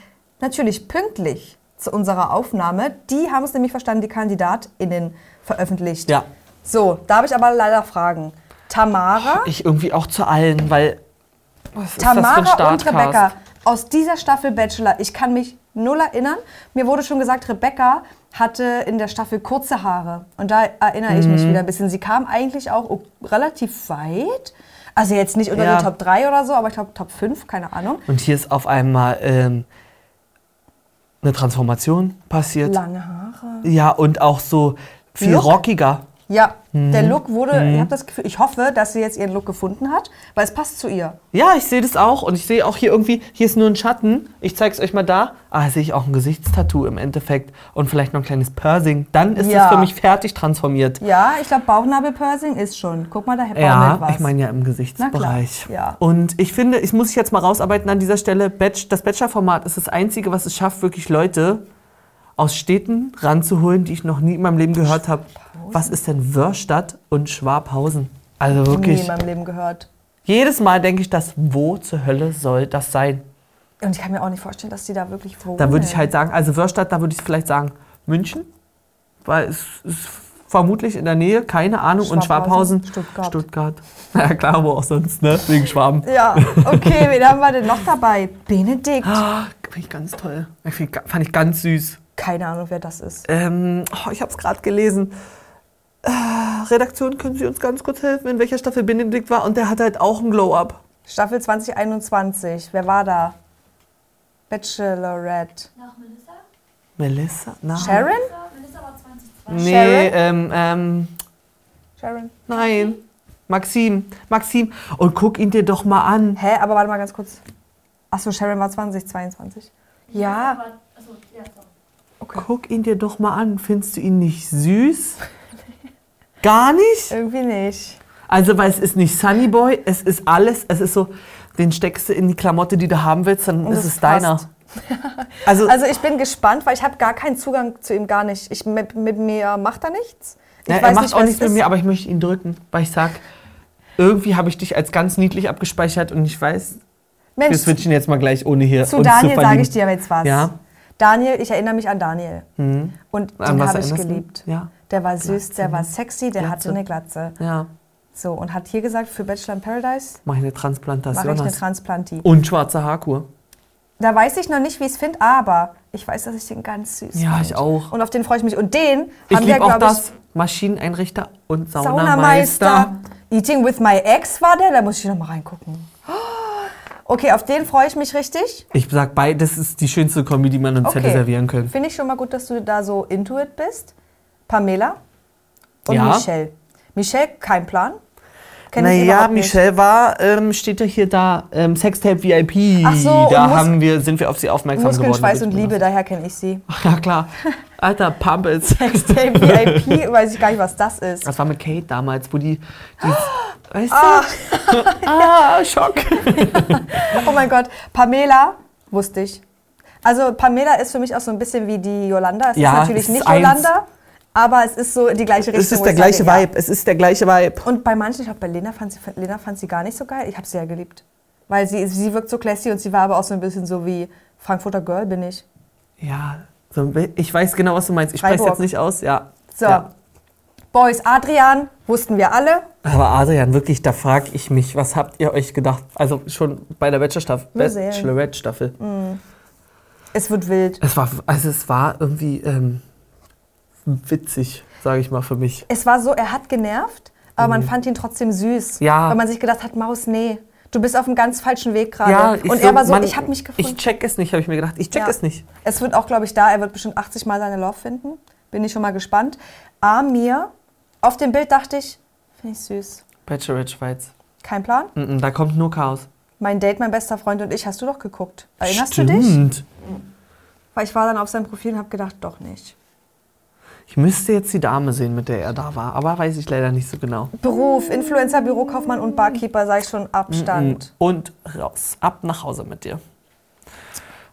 S2: natürlich pünktlich zu unserer Aufnahme, die haben es nämlich verstanden, die KandidatInnen veröffentlicht.
S1: Ja.
S2: So, da habe ich aber leider Fragen. Tamara,
S1: Ich irgendwie auch zu allen, weil. Was ist das für ein
S2: Tamara und
S1: Startcast?
S2: Rebecca aus dieser Staffel Bachelor, ich kann mich null erinnern. Mir wurde schon gesagt, Rebecca hatte in der Staffel kurze Haare. Und da erinnere ich
S1: Mhm.
S2: mich wieder ein bisschen. Sie kam eigentlich auch o- relativ weit. Also jetzt nicht unter
S1: Ja.
S2: die Top 3 oder so, aber ich glaube Top 5, keine Ahnung.
S1: Und hier ist auf einmal ähm, eine Transformation passiert.
S2: Lange Haare.
S1: Ja, und auch so viel
S2: Look.
S1: rockiger.
S2: Ja,
S1: Mhm.
S2: der Look wurde, ich habe das Gefühl, ich hoffe, dass sie jetzt ihren Look gefunden hat, weil es passt zu ihr.
S1: Ja, ich sehe das auch. Und ich sehe auch hier irgendwie, hier ist nur ein Schatten. Ich zeig's euch mal da. Ah, sehe ich auch ein Gesichtstattoo im Endeffekt. Und vielleicht noch ein kleines Pursing. Dann ist
S2: Ja.
S1: es für mich fertig transformiert.
S2: Ja, ich glaube, Bauchnabelpursing ist schon. Guck mal, da baumelt
S1: Ja,
S2: was.
S1: ich meine ja im Gesichtsbereich.
S2: Na klar, ja.
S1: Und ich finde, ich muss ich jetzt mal rausarbeiten an dieser Stelle. Batch, das Bachelor-Format ist das Einzige, was es schafft, wirklich Leute aus Städten ranzuholen, die ich noch nie in meinem Leben gehört habe. Was ist denn Wörstadt und Schwabhausen? Also
S2: nie
S1: wirklich,
S2: in meinem Leben gehört.
S1: jedes Mal denke ich das, wo zur Hölle soll das sein?
S2: Und ich kann mir auch nicht vorstellen, dass die da wirklich wohnen.
S1: Da würde ich halt sagen, also Wörstadt, da würde ich vielleicht sagen München, weil es ist vermutlich in der Nähe, keine Ahnung, und
S2: Schwabhausen,
S1: Schwabhausen,
S2: Stuttgart.
S1: Stuttgart. Ja klar, wo auch sonst, ne? Wegen Schwaben.
S2: Ja, okay, wen haben wir denn noch dabei? Benedikt.
S1: Ah, Finde ich ganz toll. Ich find, fand ich ganz süß.
S2: Keine Ahnung, wer das ist.
S1: Ähm, oh, ich habe es gerade gelesen. Äh, Redaktion, können Sie uns ganz kurz helfen, in welcher Staffel Benedikt war? Und der hat halt auch ein Glow-Up.
S2: Staffel 2021. Wer war da? Bachelorette.
S4: Nach Melissa?
S1: Melissa? Nein.
S2: Sharon?
S4: Melissa, Melissa war 2020.
S1: Nee,
S2: Sharon?
S1: Ähm, ähm,
S2: Sharon.
S1: nein. Maxim. Maxim. Und guck ihn dir doch mal an.
S2: Hä, aber warte mal ganz kurz. Achso, Sharon war 2022. Ja,
S4: Aber, achso, ja, sorry.
S1: Guck ihn dir doch mal an. Findest du ihn nicht süß? Gar nicht?
S2: irgendwie nicht.
S1: Also, weil es ist nicht Sunny Boy, es ist alles, es ist so, den steckst du in die Klamotte, die du haben willst, dann
S2: Und
S1: ist
S2: es
S1: es deiner.
S2: passt.
S1: Also,
S2: Also ich bin gespannt, weil ich habe gar keinen Zugang zu ihm, gar nicht. Ich, mit, mit mir macht er nichts. Ich
S1: na, ne, er macht auch
S2: wer
S1: nichts
S2: es
S1: mit
S2: ist.
S1: mir, aber ich möchte ihn drücken, weil ich sag, irgendwie habe ich dich als ganz niedlich abgespeichert und ich weiß, wir
S2: Mensch,
S1: switchen jetzt mal gleich ohne hier.
S2: Zu
S1: uns
S2: Daniel
S1: zu
S2: sage ich dir jetzt was.
S1: Ja. Hm.
S2: Daniel, ich erinnere mich an Daniel. Und
S1: An
S2: den
S1: was
S2: habe ich
S1: erinnerst du?
S2: geliebt.
S1: Ja.
S2: Der war süß, der war sexy, der hatte
S1: ne? Glatze.
S2: eine Glatze.
S1: Ja,
S2: So, und hat hier gesagt, für Bachelor in Paradise
S1: mach ich eine Transplantation.
S2: mache ich eine
S1: hast.
S2: Transplantie.
S1: und schwarze Haarkur.
S2: Da weiß ich noch nicht, wie ich es finde, aber ich weiß, dass ich den ganz süß
S1: Ja,
S2: find.
S1: ich auch.
S2: Und auf den freue ich mich. Und den
S1: Ich
S2: haben wir,
S1: liebe auch
S2: glaube ich,
S1: das. Maschineneinrichter und Saunameister.
S2: Saunameister. Eating with my ex war der, da muss ich noch mal reingucken. Okay, auf den freue ich mich richtig.
S1: Ich sag beides ist die schönste Kombi, die man uns hätte servieren können.
S2: Finde ich schon mal gut, dass du da so into it bist. Pamela und
S1: Ja.
S2: Michelle. Michelle, kein Plan. Kenn ich
S1: naja,
S2: überhaupt nicht.
S1: Michelle war, ähm, steht ja hier da, ähm, Sextape VIP.
S2: Ach so, und
S1: da
S2: Mus-
S1: haben wir, sind wir auf sie aufmerksam
S2: Muskeln,
S1: geworden.
S2: Schweiß und
S1: durch
S2: Liebe,
S1: Jonas.
S2: daher kenne ich sie.
S1: Ach, ja, klar. Alter, Pumpels.
S2: Sextape VIP, weiß ich gar nicht, was das ist.
S1: Das war mit Kate damals, wo die. die weißt du? ah, Schock.
S2: Oh mein Gott, Pamela, wusste ich. Also Pamela ist für mich auch so ein bisschen wie die Yolanda. Es
S1: Ja,
S2: ist natürlich
S1: es ist
S2: nicht
S1: eins.
S2: Yolanda, aber es ist so die gleiche Richtung. wo ich sage, ja.
S1: Es ist der gleiche Vibe.
S2: Und bei manchen, ich glaube, bei Lena fand, sie, Lena fand sie gar nicht so geil. Ich habe sie ja geliebt. Weil sie, sie wirkt so classy und sie war aber auch so ein bisschen so wie Frankfurter Girl bin ich.
S1: Ja, so, ein bi- ich weiß genau, was du meinst. Ich spreche es
S2: Freiburg.
S1: jetzt nicht aus, ja.
S2: So.
S1: Ja.
S2: Boys, Adrian, wussten wir alle.
S1: Aber Adrian, wirklich, da frage ich mich, was habt ihr euch gedacht? Also schon bei der Bachelor-Staffel.
S2: Nur Serien.
S1: Bachelorette-Staffel.
S2: Es wird wild.
S1: Es war, also es war irgendwie ähm, witzig, sage ich mal für mich.
S2: Es war so, er hat genervt, aber man fand ihn trotzdem süß.
S1: Mhm. Ja.
S2: Weil man sich gedacht hat, Maus, nee, du bist auf einem ganz falschen Weg gerade. und
S1: so,
S2: er war so,
S1: Mann,
S2: ich habe mich gefunden.
S1: Ich check es nicht, habe ich mir gedacht. Ich check
S2: Ja.
S1: es nicht.
S2: Es wird auch, glaube ich, da. Er wird bestimmt 80 Mal seine Love finden. Bin ich schon mal gespannt. Amir, auf dem Bild dachte ich, finde ich süß.
S1: Bachelorette Schweiz.
S2: Kein Plan.
S1: Mm -mm, da kommt nur Chaos.
S2: Mein Date, mein bester Freund und ich, hast du doch geguckt. Erinnerst
S1: Stimmt.
S2: du dich? Weil ich war dann auf seinem Profil und habe gedacht, doch nicht.
S1: Ich müsste jetzt die Dame sehen, mit der er da war, aber weiß ich leider nicht so genau.
S2: Beruf, Influencer, Bürokaufmann und
S1: Mm,
S2: Barkeeper, sage ich schon Abstand.
S1: Und raus. Ab nach Hause mit dir.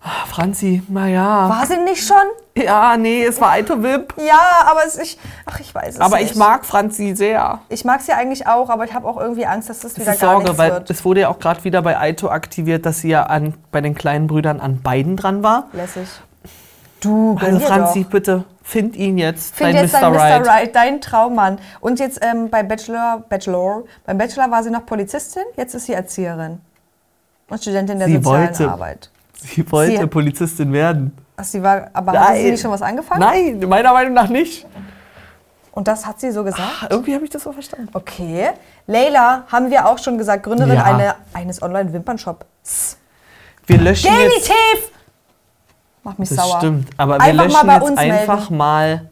S1: Ah, Franzi, naja.
S2: War sie nicht schon?
S1: Ja, nee, es war Aito Wimp.
S2: Ja, aber es, ich, ach, ich weiß es
S1: Aber
S2: nicht.
S1: ich mag Franzi sehr.
S2: Ich mag sie eigentlich auch, aber ich habe auch irgendwie Angst, dass das
S1: Das
S2: wieder
S1: ist
S2: gar
S1: Sorge,
S2: nichts
S1: weil
S2: wird.
S1: es wurde ja auch gerade wieder bei Aito aktiviert, dass sie ja an, bei den kleinen Brüdern an beiden dran war.
S2: Lässig. Du, gönn
S1: Also
S2: dir
S1: Franzi,
S2: doch.
S1: bitte, find ihn jetzt,
S2: Find
S1: dein
S2: jetzt
S1: Mr.
S2: deinen
S1: Right.
S2: Mr. Right, dein Traummann. Und jetzt ähm, bei Bachelor, Bachelor, beim Bachelor war sie noch Polizistin, jetzt ist sie Erzieherin und Studentin der
S1: Sie
S2: sozialen
S1: wollte-
S2: Arbeit.
S1: Sie wollte
S2: Sie-
S1: Polizistin werden.
S2: Ach, sie war, aber hat sie
S1: Nein.
S2: nicht schon was angefangen?
S1: Nein, meiner Meinung nach nicht.
S2: Und das hat sie so gesagt?
S1: Ach, irgendwie habe ich das so verstanden.
S2: Okay. Leila, haben wir auch schon gesagt, Gründerin
S1: Ja.
S2: eine, eines Online-Wimpernshops.
S1: Wir löschen jetzt.
S2: Genitiv! Macht mich
S1: Das
S2: sauer.
S1: stimmt, aber wir
S2: Einfach
S1: löschen
S2: mal bei
S1: jetzt
S2: uns
S1: einfach
S2: melden.
S1: mal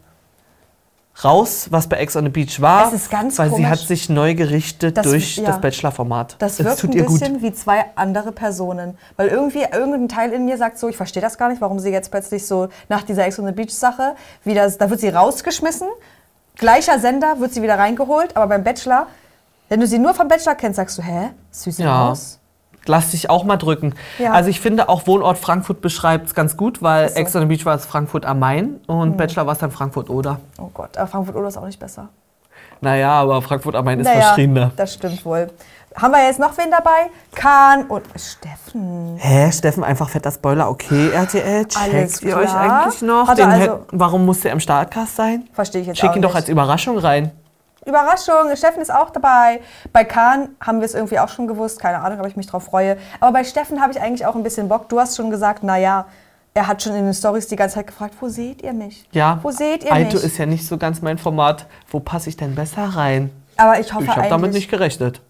S1: raus, was bei Ex on the Beach war.
S2: Es ist ganz
S1: Weil sie
S2: komisch.
S1: hat sich neu gerichtet
S2: Das-
S1: durch
S2: ja.
S1: das Bachelor-Format.
S2: Das
S1: Es
S2: wirkt
S1: tut
S2: ein
S1: ihr gut.
S2: bisschen wie zwei andere Personen. Weil irgendwie irgendein Teil in mir sagt so, ich verstehe das gar nicht, warum sie jetzt plötzlich so nach dieser Ex on the Beach Sache wieder, da wird sie rausgeschmissen, gleicher Sender, wird sie wieder reingeholt, aber beim Bachelor, wenn du sie nur vom Bachelor kennst, sagst du, hä, süße
S1: Ja.
S2: Maus?
S1: Lass dich auch mal drücken.
S2: Ja.
S1: Also ich finde auch Wohnort Frankfurt beschreibt es ganz gut, weil
S2: Ist so. Hm.
S1: Ex on the Beach war es Frankfurt am Main und Bachelor war es dann Frankfurt oder.
S2: Oh Gott, aber Frankfurt Oder ist auch nicht besser.
S1: Naja, aber Frankfurt am Main ist
S2: Naja,
S1: verschriebener.
S2: das stimmt wohl. Haben wir jetzt noch wen dabei? Kahn und Steffen.
S1: Hä, Steffen, einfach fetter Spoiler. Okay, RTL, checkt
S2: Hm. Alles
S1: ihr
S2: klar.
S1: euch eigentlich noch?
S2: Hat er
S1: Den
S2: also-
S1: hätt- warum muss der im Startcast sein?
S2: Verstehe ich jetzt
S1: Schick
S2: auch
S1: ihn
S2: nicht.
S1: doch als Überraschung rein.
S2: Überraschung, Steffen ist auch dabei. Bei Kahn haben wir es irgendwie auch schon gewusst, keine Ahnung, ob ich mich drauf freue. Aber bei Steffen habe ich eigentlich auch ein bisschen Bock. Du hast schon gesagt, naja, er hat schon in den Stories die ganze Zeit gefragt, wo seht ihr mich?
S1: Ja,
S2: Wo seht ihr
S1: Aito
S2: mich?
S1: ist ja nicht so ganz mein Format. Wo passe ich denn besser rein?
S2: aber ich hoffe
S1: Ich habe
S2: eigentlich.
S1: damit nicht gerechnet.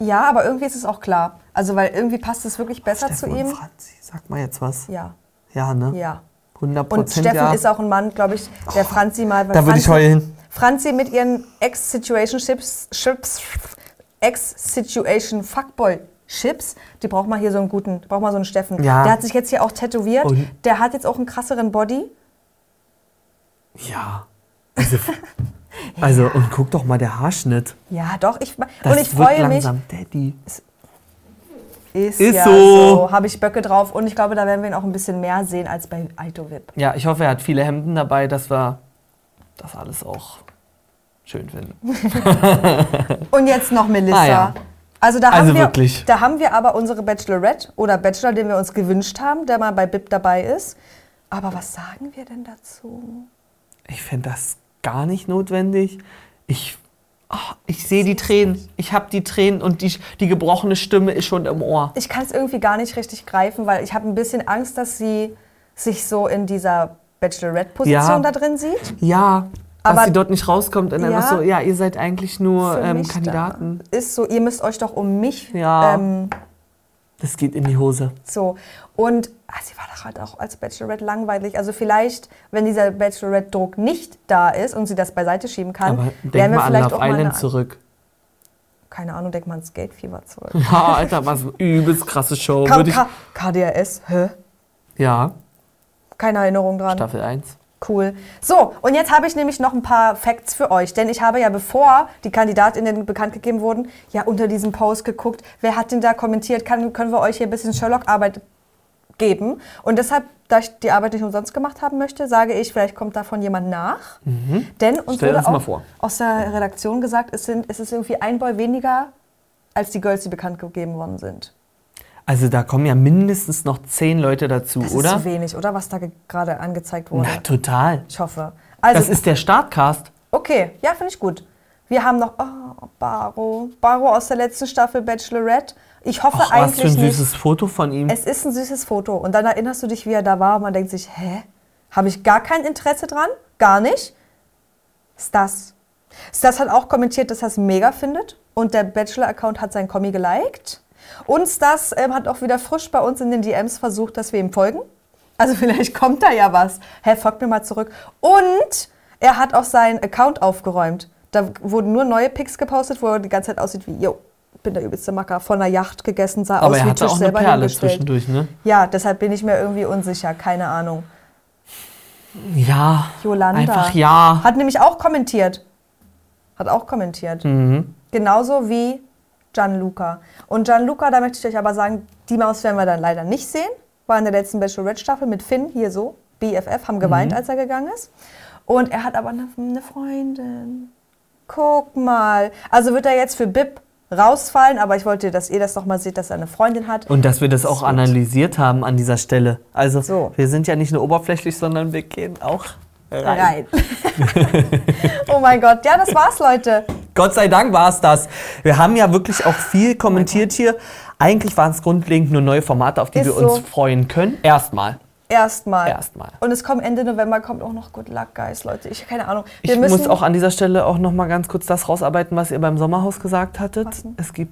S2: Ja, aber irgendwie ist es auch klar. Also, weil irgendwie passt es wirklich besser zu
S1: Steffen und
S2: ihm.
S1: Franzi, sag mal jetzt was.
S2: Ja,
S1: Ja, ne?
S2: ja.
S1: 100
S2: Und
S1: Prozent
S2: Steffen
S1: ja. Oh,
S2: ist auch ein Mann, glaube ich, der Franzi mal. weil
S1: da würde ich
S2: Franzi-
S1: heulen.
S2: Franzi mit ihren Ex-Situation-Ships, Ships, Ex-Situation-Fuckboy-Ships, die braucht mal hier so einen guten, braucht mal so einen Steffen.
S1: Ja.
S2: Der hat sich jetzt hier auch tätowiert,
S1: Und-
S2: der hat jetzt auch einen krasseren Body.
S1: Ja. Also, also, und guck doch mal, der Haarschnitt.
S2: Ja, doch, ich,
S1: Das
S2: und ich
S1: wird
S2: freue mich.
S1: langsam Daddy.
S2: Ist,
S1: Ist
S2: ja
S1: so.
S2: Habe ich Böcke drauf und ich glaube, da werden wir ihn auch ein bisschen mehr sehen als bei Aito Wip.
S1: Ja, ich hoffe, er hat viele Hemden dabei, dass wir das alles auch schön finden.
S2: Und jetzt noch Melissa.
S1: Ah, ja.
S2: Also, da,
S1: Also
S2: haben wir,
S1: wirklich.
S2: da haben wir aber unsere Bachelorette oder Bachelor, den wir uns gewünscht haben, der mal bei BIP dabei ist. Aber was sagen wir denn dazu?
S1: Ich finde das gar nicht notwendig. Ich, ah, ich sehe die Tränen. Ich habe die Tränen und die, die gebrochene Stimme ist schon im Ohr.
S2: ich kann es irgendwie gar nicht richtig greifen, weil ich habe ein bisschen Angst, dass sie sich so in dieser Bachelorette-Position
S1: Ja.
S2: da drin sieht.
S1: Ja,
S2: Aber-
S1: dass sie dort nicht rauskommt und dann
S2: Ja.
S1: noch so, ja, ihr seid eigentlich nur
S2: Für
S1: ähm,
S2: mich da
S1: Kandidaten.
S2: Ist so, ihr müsst euch doch um mich
S1: Ja.
S2: ähm,
S1: Das geht in die Hose.
S2: so. Und ah, sie war doch halt auch als Bachelorette langweilig. Also vielleicht, wenn dieser Bachelorette-Druck nicht da ist und sie das beiseite schieben kann,
S1: Aber
S2: werden
S1: denk
S2: wir
S1: mal an
S2: vielleicht
S1: Love
S2: auch mal eine,
S1: Island zurück.
S2: keine Ahnung, denkt man Skatefieber zurück.
S1: Ja, Alter, was eine übelst krasse Show.
S2: Kam
S1: Würde ich,
S2: K KDRS, hä?
S1: ja,
S2: Keine Erinnerung dran.
S1: Staffel 1.
S2: Cool. So, und jetzt habe ich nämlich noch ein paar Facts für euch, denn ich habe ja, bevor die Kandidatinnen bekannt gegeben wurden, ja unter diesem Post geguckt, wer hat denn da kommentiert, Kann, können wir euch hier ein bisschen Sherlock-Arbeit geben. Und deshalb, da ich die Arbeit nicht umsonst gemacht haben möchte, sage ich, vielleicht kommt davon jemand nach. Denn uns
S1: Mhm. Stell
S2: wurde
S1: uns mal
S2: auch
S1: vor.
S2: aus der Redaktion gesagt, es, sind, es ist irgendwie ein Boy weniger als die Girls, die bekannt gegeben worden sind.
S1: Also da kommen ja mindestens noch zehn Leute dazu,
S2: Das ist
S1: oder?
S2: zu wenig, oder? Was da ge- gerade angezeigt wurde.
S1: Na, total.
S2: Ich hoffe. Also,
S1: das ist der Startcast.
S2: Okay, ja, finde ich gut. Wir haben noch oh, Baro. Baro aus der letzten Staffel Bachelorette. Ich hoffe
S1: Ach, was
S2: eigentlich
S1: für ein
S2: nicht.
S1: süßes Foto von ihm.
S2: Es ist ein süßes Foto. Und dann erinnerst du dich, wie er da war. Und man denkt sich, hä? Habe ich gar kein Interesse dran? Gar nicht? Stas. Stas hat halt auch kommentiert, dass er es mega findet. Und der Bachelor-Account hat sein Kommi geliked. Und Stas ähm, hat auch wieder frisch bei uns in den DMs versucht, dass wir ihm folgen. Also vielleicht kommt da ja was. Hä, folgt mir mal zurück. Und er hat auch seinen Account aufgeräumt. Da wurden nur neue Pics gepostet, wo er die ganze Zeit aussieht wie, yo, bin der übelste Macker, von der Yacht gegessen, sah
S1: Aber
S2: aus
S1: er
S2: wie
S1: hatte
S2: Tisch
S1: auch eine
S2: selber
S1: Perle
S2: hingestellt.
S1: zwischendurch, ne?
S2: Ja, deshalb bin ich mir irgendwie unsicher. Keine Ahnung.
S1: Ja.
S2: Jolanda.
S1: Einfach ja.
S2: Hat nämlich auch kommentiert. Hat auch kommentiert.
S1: Mhm.
S2: Genauso wie Gianluca. Und Gianluca, da möchte ich euch aber sagen, die Maus werden wir dann leider nicht sehen, war in der letzten Bachelorette-Staffel mit Finn, hier so, BFF, haben
S1: Mhm.
S2: geweint, als er gegangen ist. Und er hat aber eine, eine Freundin. Guck mal. Also wird er jetzt für Bib rausfallen, aber ich wollte, dass ihr das nochmal seht, dass er eine Freundin hat.
S1: Und dass wir das auch analysiert haben an dieser Stelle. Also
S2: So.
S1: wir sind ja nicht nur oberflächlich, sondern wir gehen auch rein.
S2: Rein. oh mein Gott. Ja, das war's, Leute.
S1: Gott sei Dank war es das. Wir haben ja wirklich auch viel kommentiert hier. Eigentlich waren es grundlegend nur neue Formate, auf die
S2: Ist
S1: wir uns
S2: so.
S1: freuen können. Erstmal.
S2: Erstmal.
S1: Erstmal.
S2: Und es kommt Ende November, kommt auch noch Good Luck, Guys, Leute. Ich keine Ahnung.
S1: Ich muss auch an dieser Stelle auch noch mal ganz kurz das rausarbeiten, was ihr beim Sommerhaus gesagt hattet. Es gibt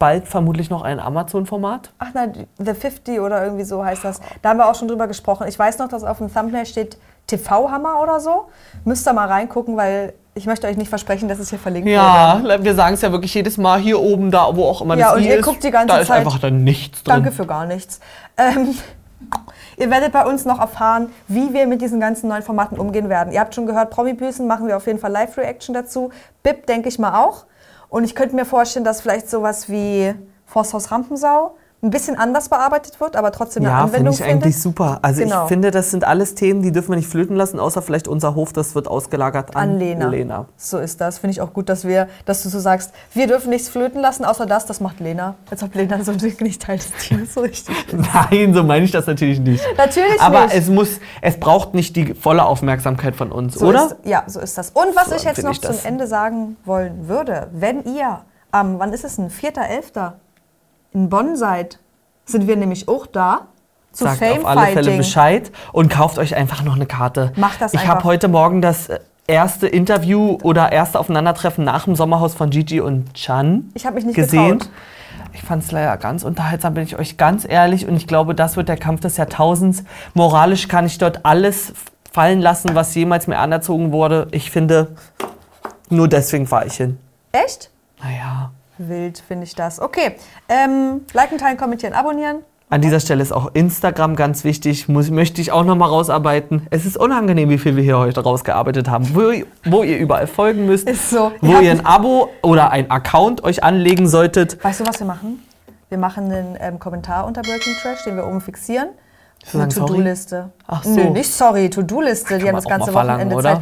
S1: bald vermutlich noch ein Amazon-Format.
S2: Ach nein, The 50 oder irgendwie so heißt das. Da haben wir auch schon drüber gesprochen. Ich weiß noch, dass auf dem Thumbnail steht TV-Hammer oder so. Müsst ihr mal reingucken, weil ich möchte euch nicht versprechen, dass es hier verlinkt
S1: Ja, wir sagen es ja wirklich jedes Mal hier oben, da, wo auch immer
S2: Ja,
S1: das
S2: und
S1: i
S2: ihr
S1: ist.
S2: guckt die ganze
S1: da ist
S2: Zeit.
S1: einfach dann nichts drin.
S2: Danke für gar nichts. Ähm, ihr werdet bei uns noch erfahren, wie wir mit diesen ganzen neuen Formaten umgehen werden. Ihr habt schon gehört, Promi-Büßen machen wir auf jeden Fall Live-Reaction dazu. Bib denke ich mal auch. Und ich könnte mir vorstellen, dass vielleicht sowas wie Forsthaus Rampensau ein bisschen anders bearbeitet wird, aber trotzdem eine
S1: Ja, finde
S2: Anwendung
S1: ich eigentlich
S2: findet.
S1: super. Also
S2: Genau.
S1: ich finde, das sind alles Themen, die dürfen wir nicht flöten lassen, außer vielleicht unser Hof, das wird ausgelagert an,
S2: An Lena.
S1: Lena.
S2: So ist das. Finde ich auch gut, dass wir, dass du so sagst, wir dürfen nichts flöten lassen, außer das, das macht Lena. Als ob Lena so nicht Teil des Teams so richtig.
S1: Nein, so meine ich das natürlich nicht.
S2: Natürlich
S1: Aber
S2: nicht.
S1: es muss, es braucht nicht die volle Aufmerksamkeit von uns,
S2: So
S1: oder?
S2: Ist, ja, so ist das. Und was
S1: So
S2: ich jetzt
S1: empfinde
S2: noch
S1: ich
S2: zum
S1: das.
S2: Ende sagen wollen würde, wenn ihr am, wann ist es denn, 4.11. in Bonn seid, sind wir nämlich auch da zu
S1: Sagt
S2: Fame
S1: auf alle Fälle
S2: Fighting.
S1: Bescheid und kauft euch einfach noch eine Karte.
S2: Macht das
S1: Ich
S2: einfach.
S1: habe heute Morgen das äh, erste Interview oder erste Aufeinandertreffen nach dem Sommerhaus von Gigi und Chan
S2: Ich habe mich nicht
S1: gesehen.
S2: getraut.
S1: Ich fand es leider ganz unterhaltsam, bin ich euch ganz ehrlich. Und ich glaube, das wird der Kampf des Jahrtausends. Moralisch kann ich dort alles fallen lassen, was jemals mir anerzogen wurde. Ich finde, nur deswegen fahre ich hin.
S2: Echt?
S1: Naja.
S2: Wild finde ich das. Okay. Ähm, liken, teilen, kommentieren, abonnieren.
S1: An dieser Stelle ist auch Instagram ganz wichtig. Muss, möchte ich auch nochmal rausarbeiten. Es ist unangenehm, wie viel wir hier heute rausgearbeitet haben. Wo, wo ihr überall folgen müsst.
S2: Ist so.
S1: Wo
S2: Ja.
S1: ihr ein Abo oder ein Account euch anlegen solltet.
S2: Also, Weißt du, was wir machen? Wir machen einen ähm, Kommentar unter Breaking Trash, den wir oben fixieren.
S1: wir
S2: Eine
S1: sagen sorry?
S2: To-Do-Liste.
S1: Ach so.
S2: Nö, nicht sorry, To-Do-Liste. Die
S1: man
S2: haben das
S1: auch mal
S2: ganze
S1: verlangen,
S2: Wochenende
S1: oder?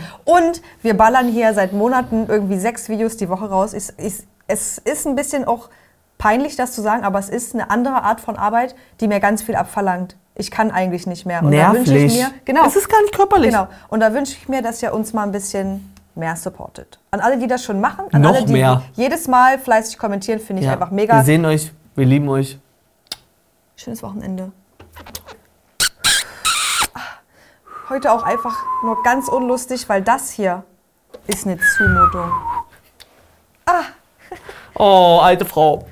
S2: Zeit. Und wir ballern hier seit Monaten irgendwie sechs Videos die Woche raus. Ich, ich, es ist ein bisschen auch peinlich, das zu sagen, aber es ist eine andere Art von Arbeit, die mir ganz viel abverlangt. Ich kann eigentlich nicht mehr. Und da wünsche ich
S1: Nervlich.
S2: mir, genau,
S1: Es ist gar nicht körperlich.
S2: genau. Und da wünsche ich mir, dass ihr uns mal ein bisschen mehr supportet. An alle, die das schon machen, an
S1: Noch
S2: alle, die
S1: mehr.
S2: jedes Mal fleißig kommentieren, finde ich
S1: Ja.
S2: einfach mega.
S1: Wir sehen euch. Wir lieben euch.
S2: Schönes Wochenende. Ah, Heute auch einfach nur ganz unlustig, weil das hier ist eine Zumutung.
S1: Oh, alte Frau.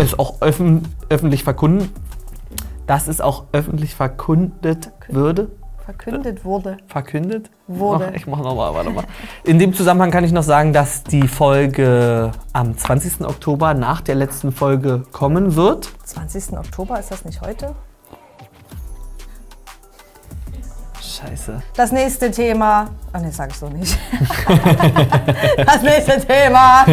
S1: Ist auch öffn öffentlich verkündet. Dass es auch öffentlich verkündet würde.
S2: Verkündet wurde.
S1: verkündet.
S2: Wurde.
S1: Ach, Ich mache nochmal, warte mal. In dem Zusammenhang kann ich noch sagen, dass die Folge am 20. Oktober nach der letzten Folge kommen wird.
S2: 20. Oktober, ist das nicht heute?
S1: Scheiße.
S2: Das nächste Thema. Ah, nee, sag ich so nicht. das nächste Thema.